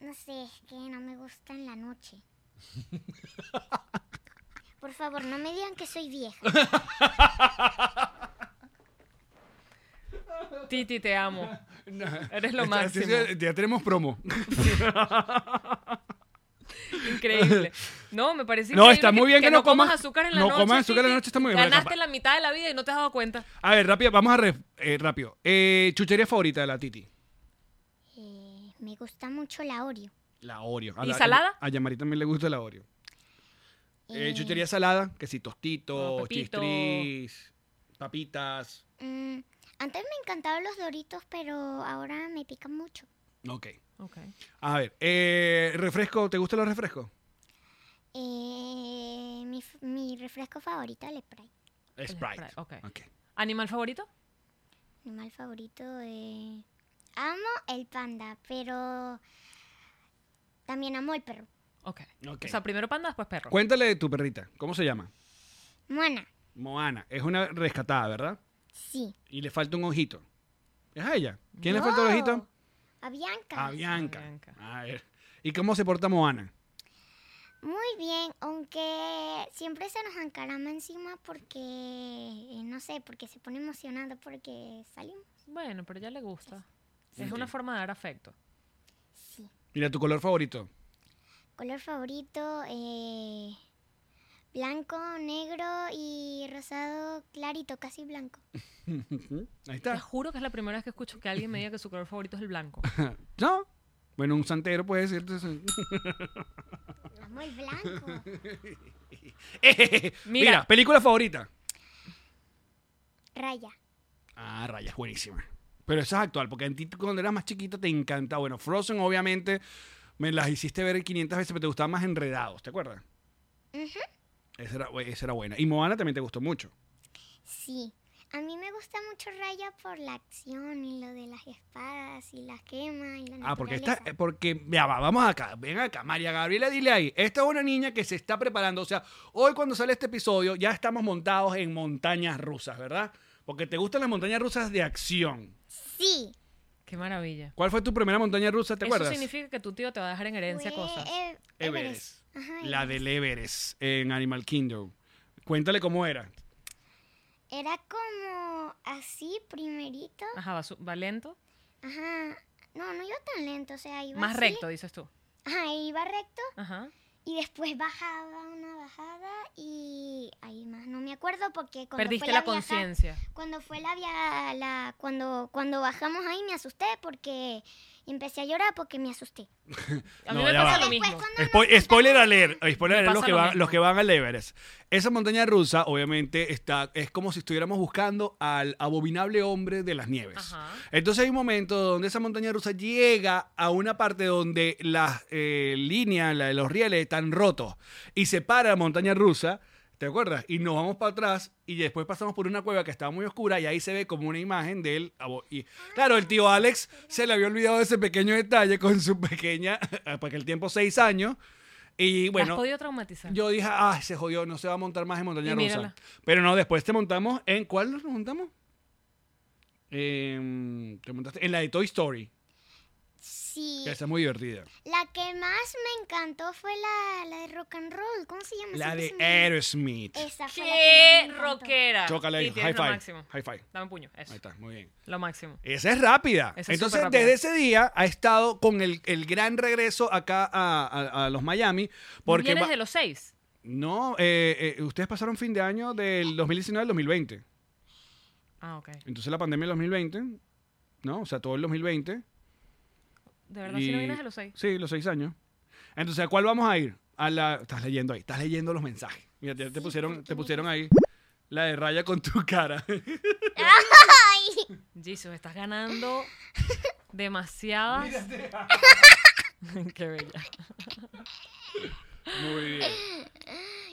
[SPEAKER 4] No sé, es que no me gusta en la noche. Por favor, no me digan que soy vieja.
[SPEAKER 3] Titi, te amo. Eres lo
[SPEAKER 1] Está-
[SPEAKER 3] máximo.
[SPEAKER 1] sí, sí, Ya tenemos promo.
[SPEAKER 3] Increíble. No, me parece
[SPEAKER 1] No,
[SPEAKER 3] increíble
[SPEAKER 1] está muy bien que no
[SPEAKER 3] comas
[SPEAKER 1] comas-
[SPEAKER 3] azúcar en la
[SPEAKER 1] no
[SPEAKER 3] noche.
[SPEAKER 1] comas azúcar en la
[SPEAKER 3] Titi.
[SPEAKER 1] noche, está muy bien, pero
[SPEAKER 3] Ganaste
[SPEAKER 1] capaz-
[SPEAKER 3] la mitad de la vida y no te has dado cuenta.
[SPEAKER 1] A ver, rápido, vamos a re- eh, rápido. Eh, chuchería favorita de la Titi.
[SPEAKER 4] Eh, me gusta mucho la Oreo.
[SPEAKER 1] La Oreo. A
[SPEAKER 3] ¿Y
[SPEAKER 1] la-
[SPEAKER 3] salada?
[SPEAKER 1] A Yamari también le gusta la Oreo. Eh, chuchería salada, que si
[SPEAKER 3] Oh,
[SPEAKER 1] tostitos,
[SPEAKER 3] pepito.
[SPEAKER 1] chistris, papitas.
[SPEAKER 4] Mm, antes me encantaban los doritos, pero ahora me pican mucho.
[SPEAKER 1] Ok.
[SPEAKER 3] Ok.
[SPEAKER 1] A ver, eh, refresco, ¿te gustan los refrescos?
[SPEAKER 4] Eh, mi, f- mi refresco favorito es el Sprite.
[SPEAKER 1] Sprite. Ah.
[SPEAKER 3] Sprite, ok. ¿Animal favorito?
[SPEAKER 4] Mi animal favorito es... Amo el panda, pero también amo el perro.
[SPEAKER 3] Ok.
[SPEAKER 1] Ok.
[SPEAKER 3] O sea, primero pues panda, después perro.
[SPEAKER 1] Cuéntale de tu perrita, ¿cómo se llama?
[SPEAKER 4] Moana,
[SPEAKER 1] Moana, es una rescatada, ¿verdad?
[SPEAKER 4] sí.
[SPEAKER 1] Y le falta un ojito. ¿Es a ella? ¿Quién le falta el
[SPEAKER 4] No,
[SPEAKER 1] ojito?
[SPEAKER 4] A Bianca.
[SPEAKER 1] A Bianca.
[SPEAKER 3] A Bianca.
[SPEAKER 1] A ver. ¿Y cómo se porta Moana?
[SPEAKER 4] Muy bien, aunque siempre se nos encarama encima porque, eh, no sé, porque se pone emocionado porque salimos.
[SPEAKER 3] Bueno, pero ya le gusta. Es una forma de dar afecto.
[SPEAKER 4] Sí.
[SPEAKER 1] Mira, tu color favorito.
[SPEAKER 4] Color favorito, eh, blanco, negro y rosado clarito, casi blanco.
[SPEAKER 1] Ahí
[SPEAKER 3] Te
[SPEAKER 1] está.
[SPEAKER 3] juro que es la primera vez que escucho que alguien me diga que su color favorito es el blanco.
[SPEAKER 1] ¿No? Bueno, un santero puede ser.
[SPEAKER 4] Amo el blanco.
[SPEAKER 1] Mira.
[SPEAKER 3] Mira.
[SPEAKER 1] película favorita.
[SPEAKER 4] Raya.
[SPEAKER 1] Ah, rayas, buenísima. Pero esa es actual, porque a ti cuando eras más chiquita te encantaba. Bueno, Frozen, obviamente, me las hiciste ver 500 veces, pero te gustaban más enredados, ¿te acuerdas? esa, era, esa era buena. Y Moana también te gustó mucho.
[SPEAKER 4] Sí, a mí me gusta mucho Raya por la acción y lo de las espadas y las quemas y la
[SPEAKER 1] Ah, porque
[SPEAKER 4] naturaleza.
[SPEAKER 1] esta, eh, porque, ya va, vamos acá, ven acá, María Gabriela, dile ahí, esta es una niña que se está preparando, o sea, hoy cuando sale este episodio ya estamos montados en montañas rusas, ¿verdad? Porque te gustan las montañas rusas de acción.
[SPEAKER 4] Sí.
[SPEAKER 3] Qué maravilla.
[SPEAKER 1] ¿Cuál fue tu primera montaña rusa, te
[SPEAKER 3] Eso
[SPEAKER 1] acuerdas?
[SPEAKER 3] significa que tu tío te va a dejar en herencia
[SPEAKER 4] fue
[SPEAKER 3] cosas.
[SPEAKER 4] Ev-
[SPEAKER 1] Everest,
[SPEAKER 4] Ajá,
[SPEAKER 1] la del Everest en Animal Kingdom. Cuéntale cómo era.
[SPEAKER 4] Era como así primerito.
[SPEAKER 3] Ajá, va, su- va lento.
[SPEAKER 4] Ajá. No, no iba tan lento, o sea, iba
[SPEAKER 3] Más
[SPEAKER 4] así.
[SPEAKER 3] recto, dices tú.
[SPEAKER 4] Ajá, iba recto
[SPEAKER 3] Ajá.
[SPEAKER 4] y después bajaba una bajada y ahí más no me acuerdo porque cuando
[SPEAKER 3] Perdiste
[SPEAKER 4] fue
[SPEAKER 3] la
[SPEAKER 4] viaja-
[SPEAKER 3] conciencia.
[SPEAKER 4] Cuando fue la via la cuando cuando bajamos ahí me asusté porque empecé a llorar porque me asusté.
[SPEAKER 3] A mí
[SPEAKER 1] No,
[SPEAKER 3] me
[SPEAKER 1] ya
[SPEAKER 3] pasa
[SPEAKER 1] va.
[SPEAKER 3] lo mismo.
[SPEAKER 4] Después,
[SPEAKER 1] Spo- spoiler alert, eh, spoiler
[SPEAKER 3] Me
[SPEAKER 1] alert los
[SPEAKER 3] pasa
[SPEAKER 1] que,
[SPEAKER 3] lo
[SPEAKER 1] van,
[SPEAKER 3] mismo.
[SPEAKER 1] los que van al Everest. Esa montaña rusa, obviamente, está, es como si estuviéramos buscando al abominable hombre de las nieves.
[SPEAKER 3] Ajá.
[SPEAKER 1] Entonces hay un momento donde esa montaña rusa llega a una parte donde las eh, líneas, la- los rieles están rotos y se para la montaña rusa. ¿Te acuerdas? Y nos vamos para atrás y después pasamos por una cueva que estaba muy oscura y ahí se ve como una imagen de él. abo- Y, claro, el tío Alex se le había olvidado de ese pequeño detalle con su pequeña, porque el tiempo seis años. Y
[SPEAKER 3] Bueno,
[SPEAKER 1] bueno,
[SPEAKER 3] has podido traumatizar.
[SPEAKER 1] yo dije, ah, se jodió, no se va a montar más en montaña
[SPEAKER 3] Y
[SPEAKER 1] rusa.
[SPEAKER 3] mírala.
[SPEAKER 1] Pero no, después te montamos en. ¿Cuál nos montamos? Em, te montaste en la de Toy Story,
[SPEAKER 4] Sí.
[SPEAKER 1] que esa es muy divertida.
[SPEAKER 4] La que más me encantó fue la, la de rock and roll. ¿Cómo se llama?
[SPEAKER 1] La
[SPEAKER 4] Siempre
[SPEAKER 1] de
[SPEAKER 4] se me olvida.
[SPEAKER 1] Aerosmith.
[SPEAKER 4] Esa fue la
[SPEAKER 3] ¡Qué
[SPEAKER 4] que más me encantó.
[SPEAKER 3] rockera!
[SPEAKER 1] Chócala ahí,
[SPEAKER 3] Sí, tienes
[SPEAKER 1] high
[SPEAKER 3] lo
[SPEAKER 1] five.
[SPEAKER 3] máximo.
[SPEAKER 1] High five.
[SPEAKER 3] Dame un puño.
[SPEAKER 1] Ahí
[SPEAKER 3] Eso.
[SPEAKER 1] está, muy bien.
[SPEAKER 3] Lo máximo.
[SPEAKER 1] Esa es rápida.
[SPEAKER 3] Esa es
[SPEAKER 1] Entonces,
[SPEAKER 3] superrápida.
[SPEAKER 1] desde ese día ha estado con el, el gran regreso acá a, a- a los Miami. Porque
[SPEAKER 3] ¿Vienes
[SPEAKER 1] va-
[SPEAKER 3] de los seis?
[SPEAKER 1] No, eh, eh, ustedes pasaron fin de año del 2019 al 2020.
[SPEAKER 3] Ah, ok.
[SPEAKER 1] Entonces la pandemia del 2020, ¿no? O sea, todo el 2020.
[SPEAKER 3] De verdad, si no
[SPEAKER 1] y-
[SPEAKER 3] vienes de los seis.
[SPEAKER 1] Sí, los seis años. Entonces, ¿a cuál vamos a ir? A la... Estás leyendo ahí, estás leyendo los mensajes. Mira, ya te pusieron, te pusieron ahí la de raya con tu cara.
[SPEAKER 3] Jesus, estás ganando demasiadas. Qué bella.
[SPEAKER 1] Muy bien.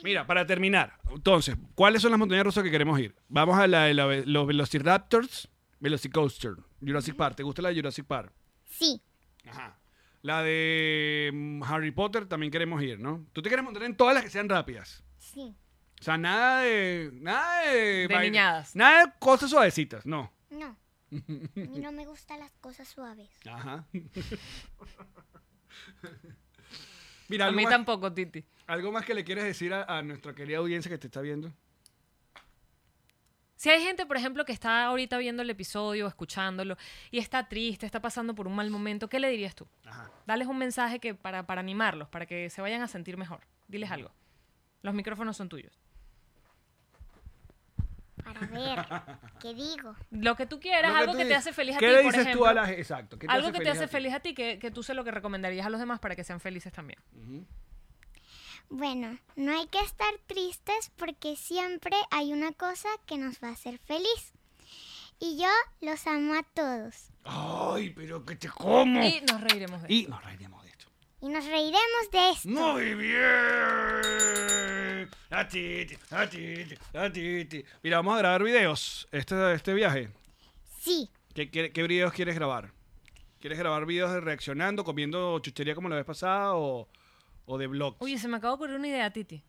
[SPEAKER 1] Mira, para terminar, entonces, ¿cuáles son las montañas rusas que queremos ir? Vamos a la de la- los Velociraptors, Velocicoaster, Jurassic Park. ¿Te gusta la de Jurassic Park?
[SPEAKER 4] Sí.
[SPEAKER 1] Ajá. La de mm, Harry Potter también queremos ir, ¿no? Tú te quieres montar en todas las que sean rápidas.
[SPEAKER 4] Sí.
[SPEAKER 1] O sea, nada de. Nada de.
[SPEAKER 3] De
[SPEAKER 1] vaina-
[SPEAKER 3] niñadas.
[SPEAKER 1] Nada de cosas suavecitas, no.
[SPEAKER 4] No. A mí no me gustan las cosas suaves.
[SPEAKER 1] Ajá. Mira,
[SPEAKER 3] A
[SPEAKER 1] algo
[SPEAKER 3] mí
[SPEAKER 1] más,
[SPEAKER 3] tampoco, Titi.
[SPEAKER 1] algo más que le quieres decir a, a nuestra querida audiencia que te está viendo.
[SPEAKER 3] Si hay gente, por ejemplo, que está ahorita viendo el episodio, escuchándolo, y está triste, está pasando por un mal momento, ¿qué le dirías tú?
[SPEAKER 1] Ajá.
[SPEAKER 3] Dales un mensaje que para, para animarlos, para que se vayan a sentir mejor. Diles algo. Los micrófonos son tuyos.
[SPEAKER 4] Para ver qué digo.
[SPEAKER 3] Lo que tú quieras,
[SPEAKER 1] Lo
[SPEAKER 3] algo
[SPEAKER 1] tú
[SPEAKER 3] que te
[SPEAKER 1] dices.
[SPEAKER 3] hace feliz a
[SPEAKER 1] ¿Qué
[SPEAKER 3] ti,
[SPEAKER 1] le
[SPEAKER 3] por
[SPEAKER 1] dices
[SPEAKER 3] ejemplo.
[SPEAKER 1] tú a la Exacto. ¿qué
[SPEAKER 3] algo que te hace
[SPEAKER 1] a ti?
[SPEAKER 3] feliz a ti, que, que tú se lo que recomendarías a los demás para que sean felices también.
[SPEAKER 4] Bueno, no hay que estar tristes porque siempre hay una cosa que nos va a hacer feliz. Y yo los amo a todos.
[SPEAKER 1] Ay, pero que te como.
[SPEAKER 3] Y nos reiremos de
[SPEAKER 1] Y nos reiremos de esto.
[SPEAKER 4] Y nos reiremos de esto.
[SPEAKER 1] Muy bien. A ti, ti, a ti, ti, a ti, ti. Mira, vamos a grabar videos. Este, este viaje.
[SPEAKER 4] Sí.
[SPEAKER 1] ¿Qué, qué, qué videos quieres grabar? ¿Quieres grabar videos de reaccionando, comiendo chuchería como la vez pasada o, o de vlogs?
[SPEAKER 3] Oye, se me acaba de ocurrir una idea, Titi.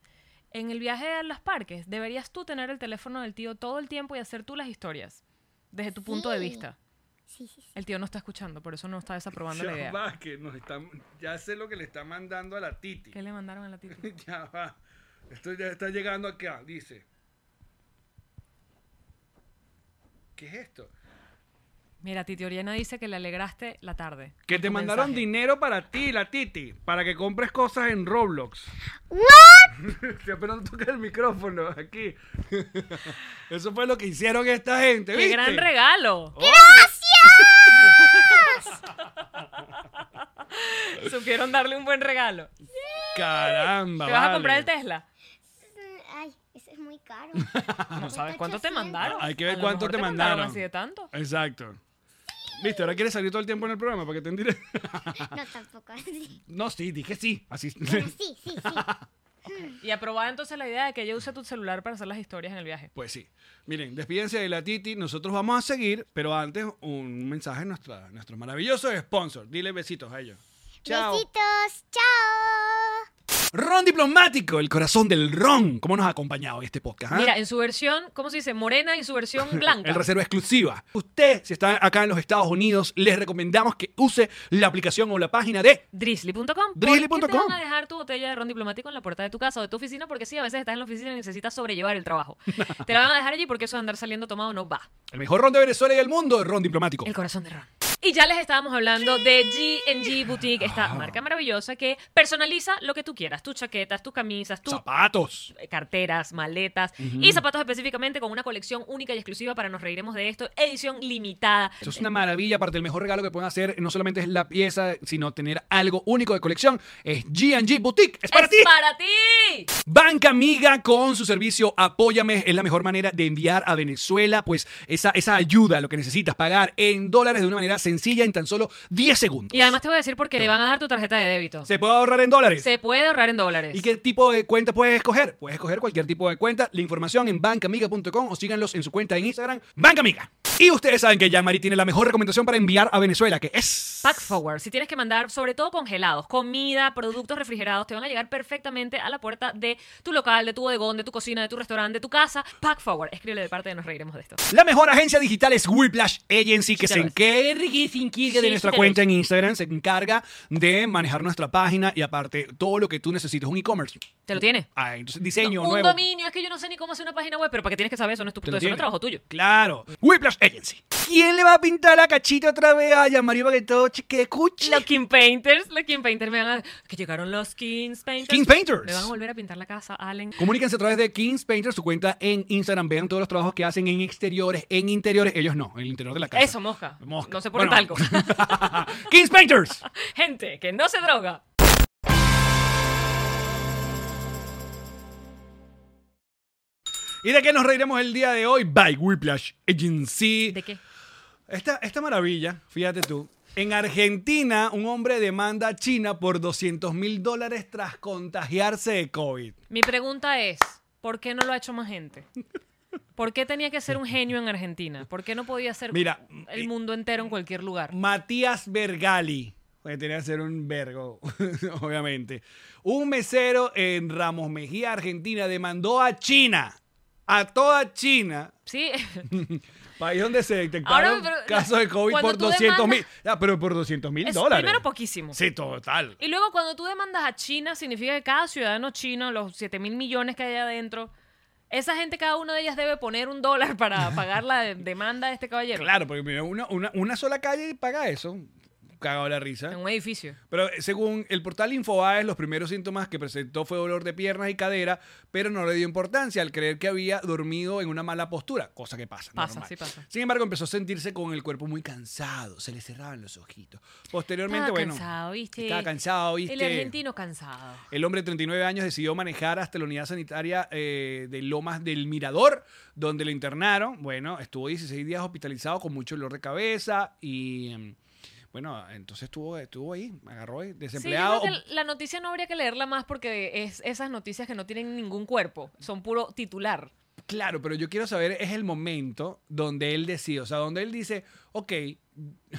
[SPEAKER 3] En el viaje a los parques, deberías tú tener el teléfono del tío todo el tiempo y hacer tú las historias, desde tu punto de
[SPEAKER 4] Sí.
[SPEAKER 3] vista.
[SPEAKER 4] Sí, sí, sí.
[SPEAKER 3] El tío no está escuchando, por eso no está desaprobando la
[SPEAKER 1] ya
[SPEAKER 3] idea.
[SPEAKER 1] va, que nos está, ya sé lo que le está mandando a la Titi.
[SPEAKER 3] ¿Qué le mandaron a la Titi?
[SPEAKER 1] Ya va. Esto ya está llegando acá, dice. ¿Qué es esto?
[SPEAKER 3] Mira, Titi Oriana dice que le alegraste la tarde.
[SPEAKER 1] Que
[SPEAKER 3] con
[SPEAKER 1] te
[SPEAKER 3] tu
[SPEAKER 1] mandaron
[SPEAKER 3] mensaje.
[SPEAKER 1] dinero para ti, la Titi, para que compres cosas en Roblox. ¿What? Apenas toca el micrófono aquí. Eso fue lo que hicieron esta gente,
[SPEAKER 3] ¡Qué
[SPEAKER 1] ¿viste? Oh.
[SPEAKER 3] gran regalo! Supieron darle un buen regalo. ¿Te
[SPEAKER 1] Caramba,
[SPEAKER 3] vas a
[SPEAKER 1] vale.
[SPEAKER 3] comprar el Tesla?
[SPEAKER 4] Mm, Ay, eso es muy caro.
[SPEAKER 3] No sabes cuánto te mandaron.
[SPEAKER 1] Hay que ver
[SPEAKER 3] A lo
[SPEAKER 1] cuánto
[SPEAKER 3] mejor
[SPEAKER 1] te mandaron.
[SPEAKER 3] así de tanto.
[SPEAKER 1] Exacto. Viste, ahora quieres salir todo el tiempo en el programa para que te entere.
[SPEAKER 4] No, tampoco así.
[SPEAKER 1] No, sí, dije sí. Así.
[SPEAKER 4] Bueno, sí, sí, sí.
[SPEAKER 3] Y aprobada entonces la idea de que ella use tu celular para hacer las historias en el viaje.
[SPEAKER 1] Pues sí. Miren, despídense de la Titi. Nosotros vamos a seguir, pero antes un mensaje a nuestra, nuestros maravillosos sponsors. Dile besitos a ellos. Chao.
[SPEAKER 4] Besitos. Chao.
[SPEAKER 1] Ron diplomático, el corazón del ron. ¿Cómo nos ha acompañado hoy este podcast? ah?
[SPEAKER 3] Mira, en su versión, ¿cómo se dice? Morena y su versión blanca.
[SPEAKER 1] El reserva exclusiva. Usted, si está acá en los Estados Unidos, les recomendamos que use la aplicación o la página de
[SPEAKER 3] Drizzly.com.
[SPEAKER 1] Drizzly
[SPEAKER 3] ¿Por qué te
[SPEAKER 1] punto com?
[SPEAKER 3] van a dejar tu botella de ron diplomático en la puerta de tu casa o de tu oficina? Porque sí, a veces estás en la oficina y necesitas sobrellevar el trabajo. te la van a dejar allí porque eso de andar saliendo tomado no va.
[SPEAKER 1] el mejor ron de Venezuela y del mundo, el ron diplomático.
[SPEAKER 3] El corazón de ron. Y ya les estábamos hablando de G&G Boutique,
[SPEAKER 1] Ah.
[SPEAKER 3] esta marca maravillosa que personaliza lo que tú quieras. Tus chaquetas, tus camisas, tus
[SPEAKER 1] Zapatos.
[SPEAKER 3] carteras, maletas y zapatos específicamente con una colección única y exclusiva para Nos Reiremos de Esto, edición limitada.
[SPEAKER 1] Eso es una maravilla, aparte el mejor regalo que pueden hacer no solamente es la pieza, sino tener algo único de colección. Es G&G Boutique, es para
[SPEAKER 3] ¡Es
[SPEAKER 1] ti.
[SPEAKER 3] para ti!
[SPEAKER 1] Banca Amiga con su servicio Apóyame es la mejor manera de enviar a Venezuela pues esa, esa ayuda, lo que necesitas pagar en dólares de una manera sencilla en tan solo 10 segundos.
[SPEAKER 3] Y además te voy a decir porque le van a dar tu tarjeta de débito.
[SPEAKER 1] ¿Se puede ahorrar en dólares?
[SPEAKER 3] Se puede ahorrar en dólares.
[SPEAKER 1] ¿Y qué tipo de cuenta puedes escoger? Puedes escoger cualquier tipo de cuenta. La información en bancamiga.com o síganlos en su cuenta en Instagram, Banca Amiga. Y ustedes saben que Yanmari tiene la mejor recomendación para enviar a Venezuela, que es...
[SPEAKER 3] Pack Forward, si tienes que mandar sobre todo congelados, comida, productos refrigerados, te van a llegar perfectamente a la puerta de tu local, de tu bodegón, de tu cocina, de tu restaurante, de tu casa. Pack Forward, escríbele de parte de Nos Reiremos de Esto.
[SPEAKER 1] La mejor agencia digital es Whiplash Agency, que
[SPEAKER 3] Ya
[SPEAKER 1] se
[SPEAKER 3] ves.
[SPEAKER 1] encargue Kissing Kid de nuestra
[SPEAKER 3] Sisteros.
[SPEAKER 1] cuenta en Instagram se encarga de manejar nuestra página y aparte todo lo que tú necesites, un e-commerce.
[SPEAKER 3] ¿Te lo tiene?
[SPEAKER 1] Ah, entonces diseño
[SPEAKER 3] un
[SPEAKER 1] nuevo.
[SPEAKER 3] dominio, es que yo no sé ni cómo hacer una página web, pero ¿para qué tienes que saber eso? No es tu
[SPEAKER 1] Te lo
[SPEAKER 3] eso no
[SPEAKER 1] tiene.
[SPEAKER 3] es trabajo tuyo.
[SPEAKER 1] Claro. Whiplash Agency. ¿Quién le va a pintar a Cachito otra vez a Yamari Bagueto? ¡Qué cuchi!
[SPEAKER 3] Los King Painters, los King Painters me van a... Que llegaron los King Painters.
[SPEAKER 1] King Painters.
[SPEAKER 3] Me van a volver a pintar la casa, Allen.
[SPEAKER 1] Comuníquense a través de Kings Painters, su cuenta en Instagram. Vean todos los trabajos que hacen en exteriores, en interiores. Ellos no, en el interior de la casa.
[SPEAKER 3] Eso, mosca.
[SPEAKER 1] Mosca.
[SPEAKER 3] No se pone
[SPEAKER 1] Bueno.
[SPEAKER 3] talco.
[SPEAKER 1] Kings Painters.
[SPEAKER 3] Gente, que no se droga.
[SPEAKER 1] ¿Y de qué nos reiremos el día de hoy? By Whiplash Agency.
[SPEAKER 3] ¿De qué?
[SPEAKER 1] Esta, esta maravilla, fíjate tú. En Argentina, un hombre demanda a China por 200 mil dólares tras contagiarse de COVID.
[SPEAKER 3] Mi pregunta es, ¿por qué no lo ha hecho más gente? ¿Por qué tenía que ser un genio en Argentina? ¿Por qué no podía ser
[SPEAKER 1] Mira, eh,
[SPEAKER 3] el mundo entero en cualquier lugar?
[SPEAKER 1] Matías Vergali. Porque tenía que ser un vergo, obviamente. Un mesero en Ramos Mejía, Argentina, demandó a China, a toda China,
[SPEAKER 3] Sí,
[SPEAKER 1] país donde se detectaron
[SPEAKER 3] Ahora, pero-
[SPEAKER 1] casos de COVID
[SPEAKER 3] cuando
[SPEAKER 1] por
[SPEAKER 3] tú
[SPEAKER 1] 200 mil.
[SPEAKER 3] demandas-
[SPEAKER 1] Ya, pero por 200 mil
[SPEAKER 3] es
[SPEAKER 1] dólares.
[SPEAKER 3] primero poquísimo.
[SPEAKER 1] Sí, total.
[SPEAKER 3] Y luego cuando tú demandas a China, significa que cada ciudadano chino, los 7 mil millones que hay adentro, esa gente, cada una de ellas debe poner un dólar para pagar la de- demanda de este caballero.
[SPEAKER 1] Claro, porque mira, una, una, una sola calle paga eso. Cagado la risa.
[SPEAKER 3] En un edificio.
[SPEAKER 1] Pero eh, según el portal Infobaes, los primeros síntomas que presentó fue dolor de piernas y cadera, pero no le dio importancia al creer que había dormido en una mala postura, cosa que pasa.
[SPEAKER 3] Pasa,
[SPEAKER 1] normal.
[SPEAKER 3] sí pasa.
[SPEAKER 1] Sin embargo, empezó a sentirse con el cuerpo muy cansado, se le cerraban los ojitos. Posteriormente,
[SPEAKER 3] Estaba
[SPEAKER 1] bueno,
[SPEAKER 3] cansado, ¿viste?
[SPEAKER 1] estaba cansado, ¿viste?
[SPEAKER 3] El argentino cansado.
[SPEAKER 1] El hombre de 39 años decidió manejar hasta la unidad sanitaria eh, de Lomas del Mirador, donde lo internaron. Bueno, estuvo 16 días hospitalizado con mucho dolor de cabeza y mm, bueno, entonces estuvo, estuvo ahí, agarró ahí,
[SPEAKER 3] Sí, yo
[SPEAKER 1] desempleado.
[SPEAKER 3] creo que la noticia no habría que leerla más porque es esas noticias que no tienen ningún cuerpo, son puro titular.
[SPEAKER 1] Claro, pero yo quiero saber, es el momento donde él decide, o sea, donde él dice, ok,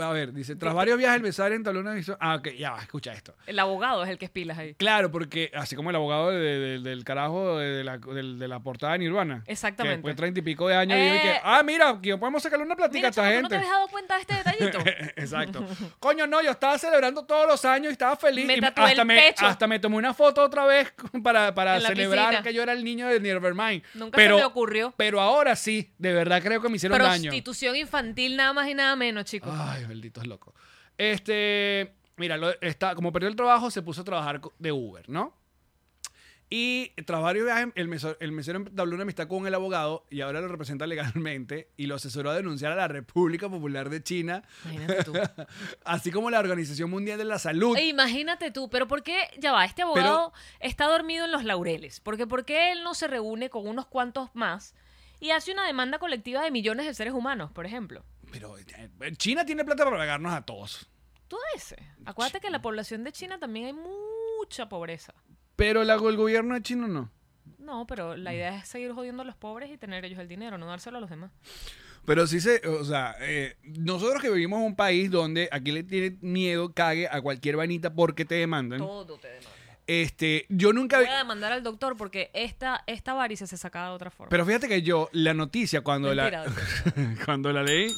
[SPEAKER 1] a ver, dice, tras varios viajes el mesario entabló una visión. Ah, ok, ya va, escucha esto.
[SPEAKER 3] El abogado es el que espilas ahí.
[SPEAKER 1] Claro, porque así como el abogado de- de- del carajo de, de la, del- de la portada de Nirvana.
[SPEAKER 3] Exactamente.
[SPEAKER 1] Que después de treinta y pico de años dijo y que,
[SPEAKER 3] Eh.
[SPEAKER 1] ah, mira, que podemos sacarle una platica
[SPEAKER 3] Mira,
[SPEAKER 1] a esta
[SPEAKER 3] chamo, ¿tú no te
[SPEAKER 1] gente.
[SPEAKER 3] habías dado cuenta de este detallito?
[SPEAKER 1] Exacto. Coño, no, yo estaba celebrando todos los años y estaba feliz.
[SPEAKER 3] Me
[SPEAKER 1] y
[SPEAKER 3] tatué
[SPEAKER 1] hasta,
[SPEAKER 3] el
[SPEAKER 1] me,
[SPEAKER 3] pecho.
[SPEAKER 1] hasta me tomé una foto otra vez para, para
[SPEAKER 3] En la
[SPEAKER 1] celebrar
[SPEAKER 3] piscina.
[SPEAKER 1] que yo era el niño de Nevermind.
[SPEAKER 3] Nunca
[SPEAKER 1] pero,
[SPEAKER 3] se me ocurrió.
[SPEAKER 1] Pero ahora sí, de verdad creo que me hicieron daño. Ah.
[SPEAKER 3] Prostitución infantil nada más y nada menos, chicos.
[SPEAKER 1] Ay, benditos locos. Este, mira, lo- está, como perdió el trabajo, se puso a trabajar co- de Uber, ¿no? Y tras varios viajes, el mesero, el mesero entabló una amistad con el abogado y ahora lo representa legalmente y lo asesoró a denunciar a la República Popular de China,
[SPEAKER 3] Imagínate tú.
[SPEAKER 1] así como la Organización Mundial de la Salud.
[SPEAKER 3] E imagínate tú, pero ¿por qué? Ya va, este abogado está dormido en los laureles. Porque ¿por qué él no se reúne con unos cuantos más y hace una demanda colectiva de millones de seres humanos, por ejemplo?
[SPEAKER 1] Pero eh, China tiene plata para pagarnos a todos.
[SPEAKER 3] Tú ese. Acuérdate que en la población de China también hay mucha pobreza.
[SPEAKER 1] Pero la- el gobierno de China no.
[SPEAKER 3] No, pero la idea es seguir jodiendo a los pobres y tener ellos el dinero, no dárselo a los demás.
[SPEAKER 1] Pero sí se, o sea, eh, nosotros que vivimos en un país donde aquí le tiene miedo, cague a cualquier vainita porque te demandan.
[SPEAKER 3] Todo te demanda.
[SPEAKER 1] Este, yo nunca vi.
[SPEAKER 3] Voy a demandar al doctor porque esta, esta varice se sacaba de otra forma.
[SPEAKER 1] Pero fíjate que yo, la noticia, cuando
[SPEAKER 3] Mentira,
[SPEAKER 1] la.
[SPEAKER 3] doctor.
[SPEAKER 1] cuando la leí.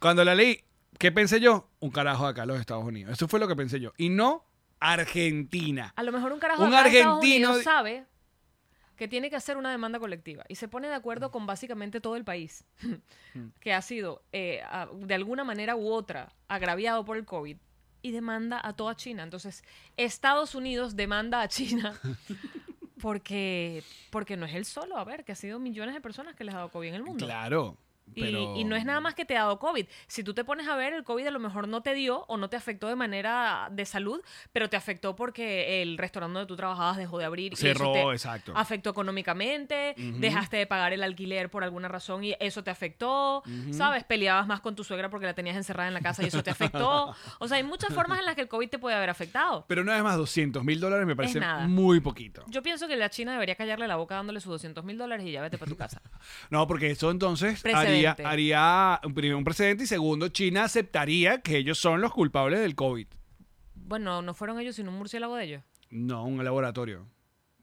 [SPEAKER 1] cuando la leí, ¿qué pensé yo? Un carajo de acá, los Estados Unidos. Eso fue lo que pensé yo. Y no Argentina.
[SPEAKER 3] A lo mejor un carajo
[SPEAKER 1] Un
[SPEAKER 3] acá de Estados
[SPEAKER 1] argentino-
[SPEAKER 3] Unidos sabe que tiene que hacer una demanda colectiva y se pone de acuerdo con básicamente todo el país
[SPEAKER 1] Hmm.
[SPEAKER 3] que ha sido eh, a- de alguna manera u otra agraviado por el COVID y demanda a toda China. Entonces, Estados Unidos demanda a China porque, porque no es él solo, a ver, que ha sido millones de personas que les ha dado COVID en el mundo.
[SPEAKER 1] Claro.
[SPEAKER 3] Y,
[SPEAKER 1] pero-
[SPEAKER 3] y no es nada más que te ha dado COVID. Si tú te pones a ver, el COVID a lo mejor no te dio o no te afectó de manera de salud, pero te afectó porque el restaurante donde tú trabajabas dejó de abrir. y eso
[SPEAKER 1] Cerró,
[SPEAKER 3] te
[SPEAKER 1] exacto.
[SPEAKER 3] Afectó económicamente, dejaste de pagar el alquiler por alguna razón y eso te afectó, ¿sabes? Peleabas más con tu suegra porque la tenías encerrada en la casa y eso te afectó. O sea, hay muchas formas en las que el COVID te puede haber afectado.
[SPEAKER 1] Pero no es más 200 mil dólares, me parece
[SPEAKER 3] nada.
[SPEAKER 1] muy poquito.
[SPEAKER 3] Yo pienso que la China debería callarle la boca dándole sus 200 mil dólares y ya vete para tu casa.
[SPEAKER 1] No, porque eso entonces haría,
[SPEAKER 3] Precedente.
[SPEAKER 1] haría un, primero, un precedente y segundo, China aceptaría que ellos son los culpables del COVID.
[SPEAKER 3] Bueno, no fueron ellos sino un murciélago de ellos.
[SPEAKER 1] No, un laboratorio.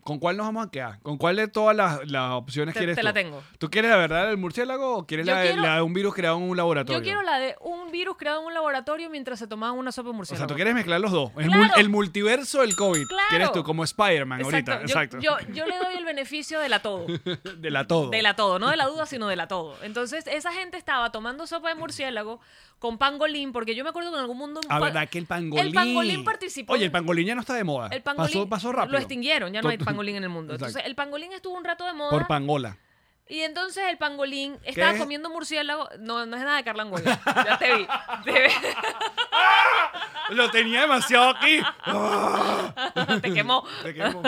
[SPEAKER 1] ¿Con cuál nos vamos a quedar? ¿Con cuál de todas las, las opciones
[SPEAKER 3] Te-
[SPEAKER 1] quieres
[SPEAKER 3] te
[SPEAKER 1] tú?
[SPEAKER 3] la tengo.
[SPEAKER 1] ¿Tú quieres la verdad del murciélago o quieres
[SPEAKER 3] Yo
[SPEAKER 1] la, de-
[SPEAKER 3] quiero-
[SPEAKER 1] la de un virus creado en un laboratorio?
[SPEAKER 3] Yo quiero la de un virus creado en un laboratorio mientras se tomaban una sopa de
[SPEAKER 1] O sea,
[SPEAKER 3] murciélago.
[SPEAKER 1] tú quieres mezclar los dos. El,
[SPEAKER 3] Claro.
[SPEAKER 1] mul- el multiverso del COVID.
[SPEAKER 3] Claro.
[SPEAKER 1] Quieres tú, como Spider-Man
[SPEAKER 3] Exacto.
[SPEAKER 1] ahorita.
[SPEAKER 3] yo-
[SPEAKER 1] Exacto.
[SPEAKER 3] Yo, yo le doy el beneficio de la todo.
[SPEAKER 1] de la todo.
[SPEAKER 3] De la todo, no de la duda, sino de la todo. Entonces, esa gente estaba tomando sopa de murciélago con pangolín, porque yo me acuerdo que en algún mundo. un
[SPEAKER 1] Ah,
[SPEAKER 3] pa-
[SPEAKER 1] verdad que el pangolín.
[SPEAKER 3] El pangolín participó.
[SPEAKER 1] Oye,
[SPEAKER 3] en-
[SPEAKER 1] el pangolín ya no está de moda.
[SPEAKER 3] el
[SPEAKER 1] pasó,
[SPEAKER 3] pangolín
[SPEAKER 1] pasó rápido.
[SPEAKER 3] Lo extinguieron, ya no hay
[SPEAKER 1] Tot-
[SPEAKER 3] pangolín en el mundo.
[SPEAKER 1] Exacto.
[SPEAKER 3] Entonces, el pangolín estuvo un rato de moda.
[SPEAKER 1] Por pangola.
[SPEAKER 3] Y entonces el pangolín estaba
[SPEAKER 1] es?
[SPEAKER 3] comiendo murciélago. No, no es nada de Carla Angola. Ya te vi. Te,
[SPEAKER 1] Lo tenía demasiado aquí. Ah,
[SPEAKER 3] vi. Te quemó.
[SPEAKER 1] Te quemo.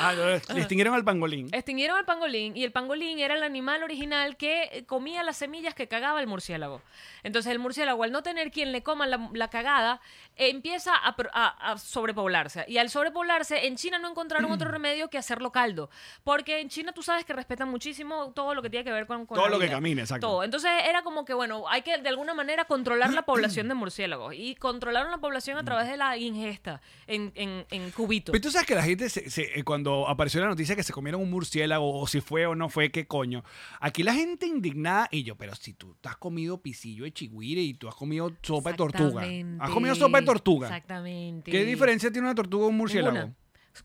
[SPEAKER 1] Ah, no, le extinguieron al pangolín.
[SPEAKER 3] Extinguieron al pangolín y el pangolín era el animal original que eh, comía las semillas que cagaba el murciélago. Entonces el murciélago al no tener quien le coma la, la cagada eh, empieza a, pro- a- a sobrepoblarse. Y al sobrepoblarse en China no encontraron otro remedio que hacerlo caldo. Porque en China tú sabes que respetan muchísimo todo lo que tiene que ver con... con
[SPEAKER 1] Todo
[SPEAKER 3] la
[SPEAKER 1] lo que
[SPEAKER 3] vida.
[SPEAKER 1] camine, exacto.
[SPEAKER 3] Todo. Entonces era como que, bueno, hay que de alguna manera controlar la población de murciélagos. Y controlaron la población a través de la ingesta en, en, en cubitos.
[SPEAKER 1] Pero tú sabes que la gente, se- se- eh, cuando apareció la noticia que se comieron un murciélago, o si fue o no fue, qué coño. Aquí la gente indignada, y yo, pero si tú te has comido pisillo de chigüire y tú has comido sopa de tortuga. Has comido sopa de tortuga.
[SPEAKER 3] Exactamente.
[SPEAKER 1] ¿Qué diferencia tiene una tortuga o un murciélago?
[SPEAKER 3] Ninguna.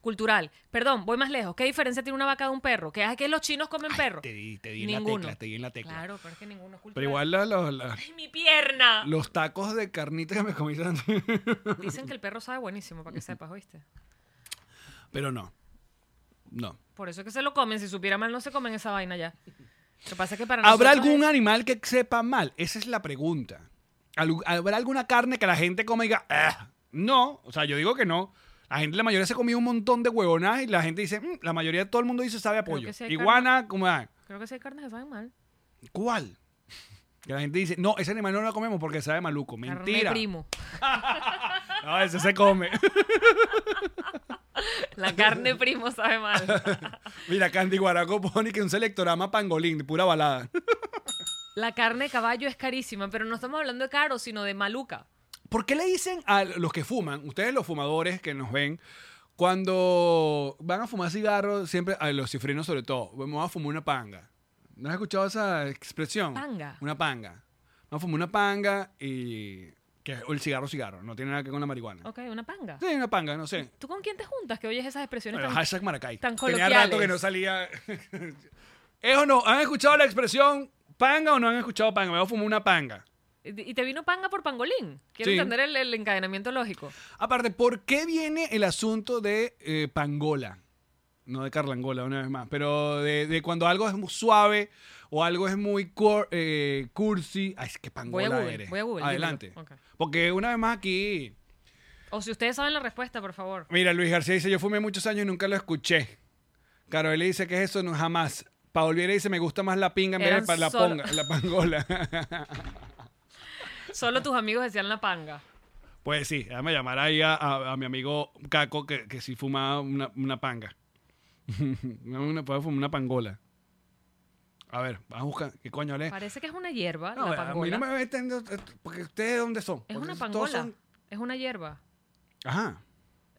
[SPEAKER 3] Cultural. Perdón, voy más lejos. ¿Qué diferencia tiene una vaca de un perro? ¿Qué es que los chinos comen perro?
[SPEAKER 1] Te di, te di en la
[SPEAKER 3] Ninguno.
[SPEAKER 1] tecla, te di en la tecla.
[SPEAKER 3] Claro, pero es que ninguno es cultural.
[SPEAKER 1] Pero igual la- la- la-
[SPEAKER 3] ¡Ay, mi pierna!
[SPEAKER 1] los tacos de carnita que me comí antes.
[SPEAKER 3] Dicen que el perro sabe buenísimo, para que sepas, ¿oíste?
[SPEAKER 1] Pero no. No.
[SPEAKER 3] Por eso es que se lo comen. Si supiera mal, no se comen esa vaina ya. Lo que pasa es que para
[SPEAKER 1] ¿Habrá
[SPEAKER 3] nosotros
[SPEAKER 1] algún
[SPEAKER 3] es-
[SPEAKER 1] animal que sepa mal? Esa es la pregunta. Algu- ¿Habrá alguna carne que la gente come y diga, "Ah"? no? O sea, yo digo que no. La gente, la mayoría se comió un montón de huevonadas y la gente dice, "Mm", la mayoría de todo el mundo dice sabe a
[SPEAKER 3] Creo
[SPEAKER 1] pollo.
[SPEAKER 3] que sí hay
[SPEAKER 1] Iguana, como, "Ah,
[SPEAKER 3] Creo que sí hay carnes que saben mal.
[SPEAKER 1] ¿cuál? Que la gente dice, no, ese animal no lo comemos porque sabe maluco.
[SPEAKER 3] Carne
[SPEAKER 1] Mentira.
[SPEAKER 3] primo.
[SPEAKER 1] No, ese se come.
[SPEAKER 3] La carne primo sabe mal.
[SPEAKER 1] Mira, Candy Guaraco pone que un selectorama pangolín, de pura balada.
[SPEAKER 3] La carne de caballo es carísima, pero no estamos hablando de caro, sino de maluca.
[SPEAKER 1] ¿Por qué le dicen a los que fuman, ustedes los fumadores que nos ven, cuando van a fumar cigarros, siempre, a los cifrinos sobre todo, vamos a fumar una panga? ¿No has escuchado esa expresión?
[SPEAKER 3] Panga.
[SPEAKER 1] Una panga. Vamos a fumar una panga y... que es el cigarro, cigarro, no tiene nada que ver con la marihuana.
[SPEAKER 3] Ok, una panga.
[SPEAKER 1] Sí, una panga, no sé.
[SPEAKER 3] ¿Tú con quién te juntas que oyes esas expresiones
[SPEAKER 1] Bueno,
[SPEAKER 3] tan-
[SPEAKER 1] hashtag Maracay.
[SPEAKER 3] tan
[SPEAKER 1] Tenía rato
[SPEAKER 3] coloquiales.
[SPEAKER 1] que no salía. ¿Es o no? ¿Han escuchado la expresión panga o no han escuchado panga? Me voy a fumar una panga.
[SPEAKER 3] Y te vino panga por pangolín. Quiero
[SPEAKER 1] Sí.
[SPEAKER 3] entender el, el encadenamiento lógico.
[SPEAKER 1] Aparte, ¿por qué viene el asunto de eh, Pangola? No de Carlangola, una vez más, pero de, de cuando algo es muy suave o algo es muy cor- eh, cursi. Ay, es que Pangola
[SPEAKER 3] Google,
[SPEAKER 1] eres.
[SPEAKER 3] voy a Google,
[SPEAKER 1] Adelante.
[SPEAKER 3] dímelo. Ok.
[SPEAKER 1] Porque una vez más aquí.
[SPEAKER 3] O si ustedes saben la respuesta, por favor.
[SPEAKER 1] Mira, Luis García dice: Yo fumé muchos años y nunca lo escuché. Carolina dice: ¿Qué es eso? No, jamás. Paul Viera dice: Me gusta más la pinga en vez de
[SPEAKER 3] Eran
[SPEAKER 1] pa- la,
[SPEAKER 3] solo-
[SPEAKER 1] ponga- la pangola.
[SPEAKER 3] Solo tus amigos decían la panga.
[SPEAKER 1] pues sí, déjame llamar ahí a, a- a mi amigo Caco, que, que sí fumaba una, una panga. No, una, puede fumar una pangola. A ver, vamos a buscar. ¿Qué coño le?
[SPEAKER 3] Parece que es una hierba,
[SPEAKER 1] No,
[SPEAKER 3] la
[SPEAKER 1] a mí
[SPEAKER 3] pangola.
[SPEAKER 1] no me meten. Porque ustedes de dónde son.
[SPEAKER 3] Es
[SPEAKER 1] Porque
[SPEAKER 3] una
[SPEAKER 1] todos
[SPEAKER 3] pangola.
[SPEAKER 1] son-
[SPEAKER 3] Es una hierba.
[SPEAKER 1] Ajá.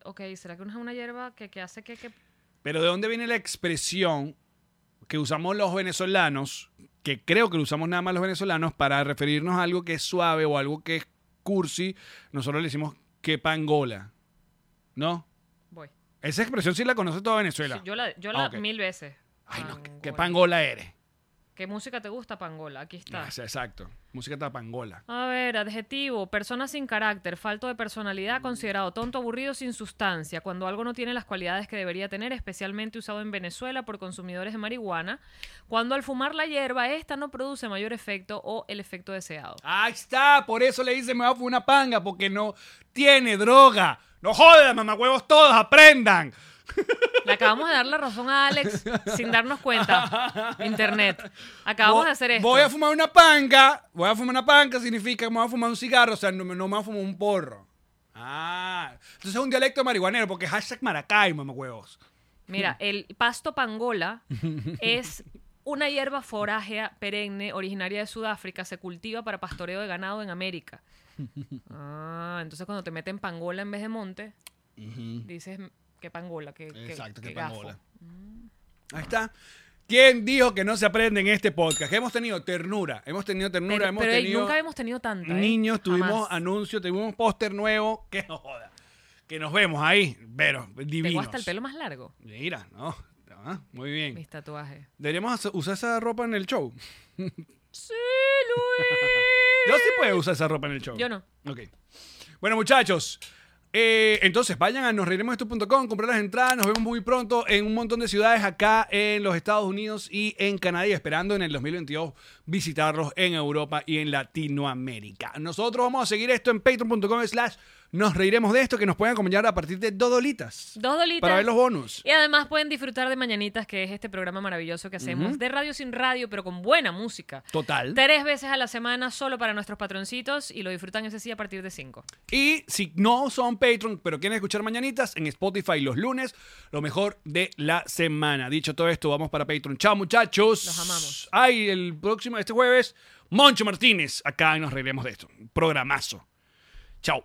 [SPEAKER 3] Ok, ¿será que no es una hierba que, que hace que, que-
[SPEAKER 1] Pero ¿de dónde viene la expresión que usamos los venezolanos, que creo que lo usamos nada más los venezolanos, para referirnos a algo que es suave o algo que es cursi? Nosotros le decimos que pangola. ¿No?
[SPEAKER 3] Voy.
[SPEAKER 1] Esa expresión sí la conoce toda Venezuela.
[SPEAKER 3] Sí, yo la, yo la
[SPEAKER 1] Ah, ok.
[SPEAKER 3] mil veces.
[SPEAKER 1] Ay, no, ¿qué- ¿qué
[SPEAKER 3] Pangola.
[SPEAKER 1] pangola eres?
[SPEAKER 3] ¿Qué música te gusta, pangola? Aquí está.
[SPEAKER 1] Ah, sí, exacto. Música tapangola.
[SPEAKER 3] A ver, adjetivo, persona sin carácter, falto de personalidad,
[SPEAKER 1] Mm.
[SPEAKER 3] considerado tonto, aburrido, sin sustancia, cuando algo no tiene las cualidades que debería tener, especialmente usado en Venezuela por consumidores de marihuana, cuando al fumar la hierba esta no produce mayor efecto o el efecto deseado.
[SPEAKER 1] Ahí está, por eso le dice me va a fumar una panga, porque no tiene droga. No jodas, mamahuevos todos, aprendan.
[SPEAKER 3] Le acabamos de dar la razón a Alex sin darnos cuenta. Internet. Acabamos
[SPEAKER 1] Vo-
[SPEAKER 3] de hacer esto.
[SPEAKER 1] Voy a fumar una panga. Voy a fumar una panga significa que me voy a fumar un cigarro, o sea, no, me- no me voy a fumar un porro. Ah, entonces es un dialecto marihuanero, porque hashtag Maracay, mamahuevos.
[SPEAKER 3] Mira, el pasto pangola es una hierba forágea perenne originaria de Sudáfrica. Se cultiva para pastoreo de ganado en América. Ah, entonces cuando te meten pangola en vez de monte, dices qué pangola, qué, qué-
[SPEAKER 5] Exacto,
[SPEAKER 3] qué
[SPEAKER 5] qué
[SPEAKER 3] gafo.
[SPEAKER 5] pangola.
[SPEAKER 1] Ahí está. ¿Quién dijo que no se aprende en este podcast? Que hemos tenido ternura, hemos tenido ternura,
[SPEAKER 3] Pero,
[SPEAKER 1] hemos
[SPEAKER 3] pero, ey,
[SPEAKER 1] tenido
[SPEAKER 3] nunca hemos tenido tanta. ¿eh?
[SPEAKER 1] niños, tuvimos
[SPEAKER 3] Jamás.
[SPEAKER 1] anuncios, tuvimos un póster nuevo, que no joda. Que nos vemos ahí, pero
[SPEAKER 3] Tengo
[SPEAKER 1] divinos.
[SPEAKER 3] hasta el pelo más largo,
[SPEAKER 1] Mira, no. Ah, muy bien.
[SPEAKER 3] mis tatuajes.
[SPEAKER 1] Deberíamos hacer- usar esa ropa en el show.
[SPEAKER 3] Sí, Luis.
[SPEAKER 1] Yo sí puedo usar esa ropa en el show.
[SPEAKER 3] Yo no.
[SPEAKER 1] Ok. Bueno, muchachos. eh, entonces, vayan a nosreiremosesto.com, comprar las entradas. Nos vemos muy pronto en un montón de ciudades acá en los Estados Unidos y en Canadá. Y esperando en el 2022 visitarlos en Europa y en Latinoamérica. Nosotros vamos a seguir esto en patreon.com/slash. Nos reiremos de esto que nos pueden acompañar a partir de dos dolitas.
[SPEAKER 3] Dos dolitas. Eh,
[SPEAKER 1] Para ver los bonus.
[SPEAKER 3] Y además pueden disfrutar de Mañanitas, que es este programa maravilloso que hacemos de radio sin radio, pero con buena música.
[SPEAKER 1] Total.
[SPEAKER 3] Tres veces a la semana solo para nuestros patroncitos y lo disfrutan ese sí a partir de cinco.
[SPEAKER 1] Y si no son Patreon, pero quieren escuchar mañanitas, en Spotify los lunes, lo mejor de la semana. Dicho todo esto, vamos para Patreon. Chao, muchachos.
[SPEAKER 3] Los amamos.
[SPEAKER 1] Ay, el próximo, este jueves, Moncho Martínez. Acá nos reiremos de esto. Programazo. Chao.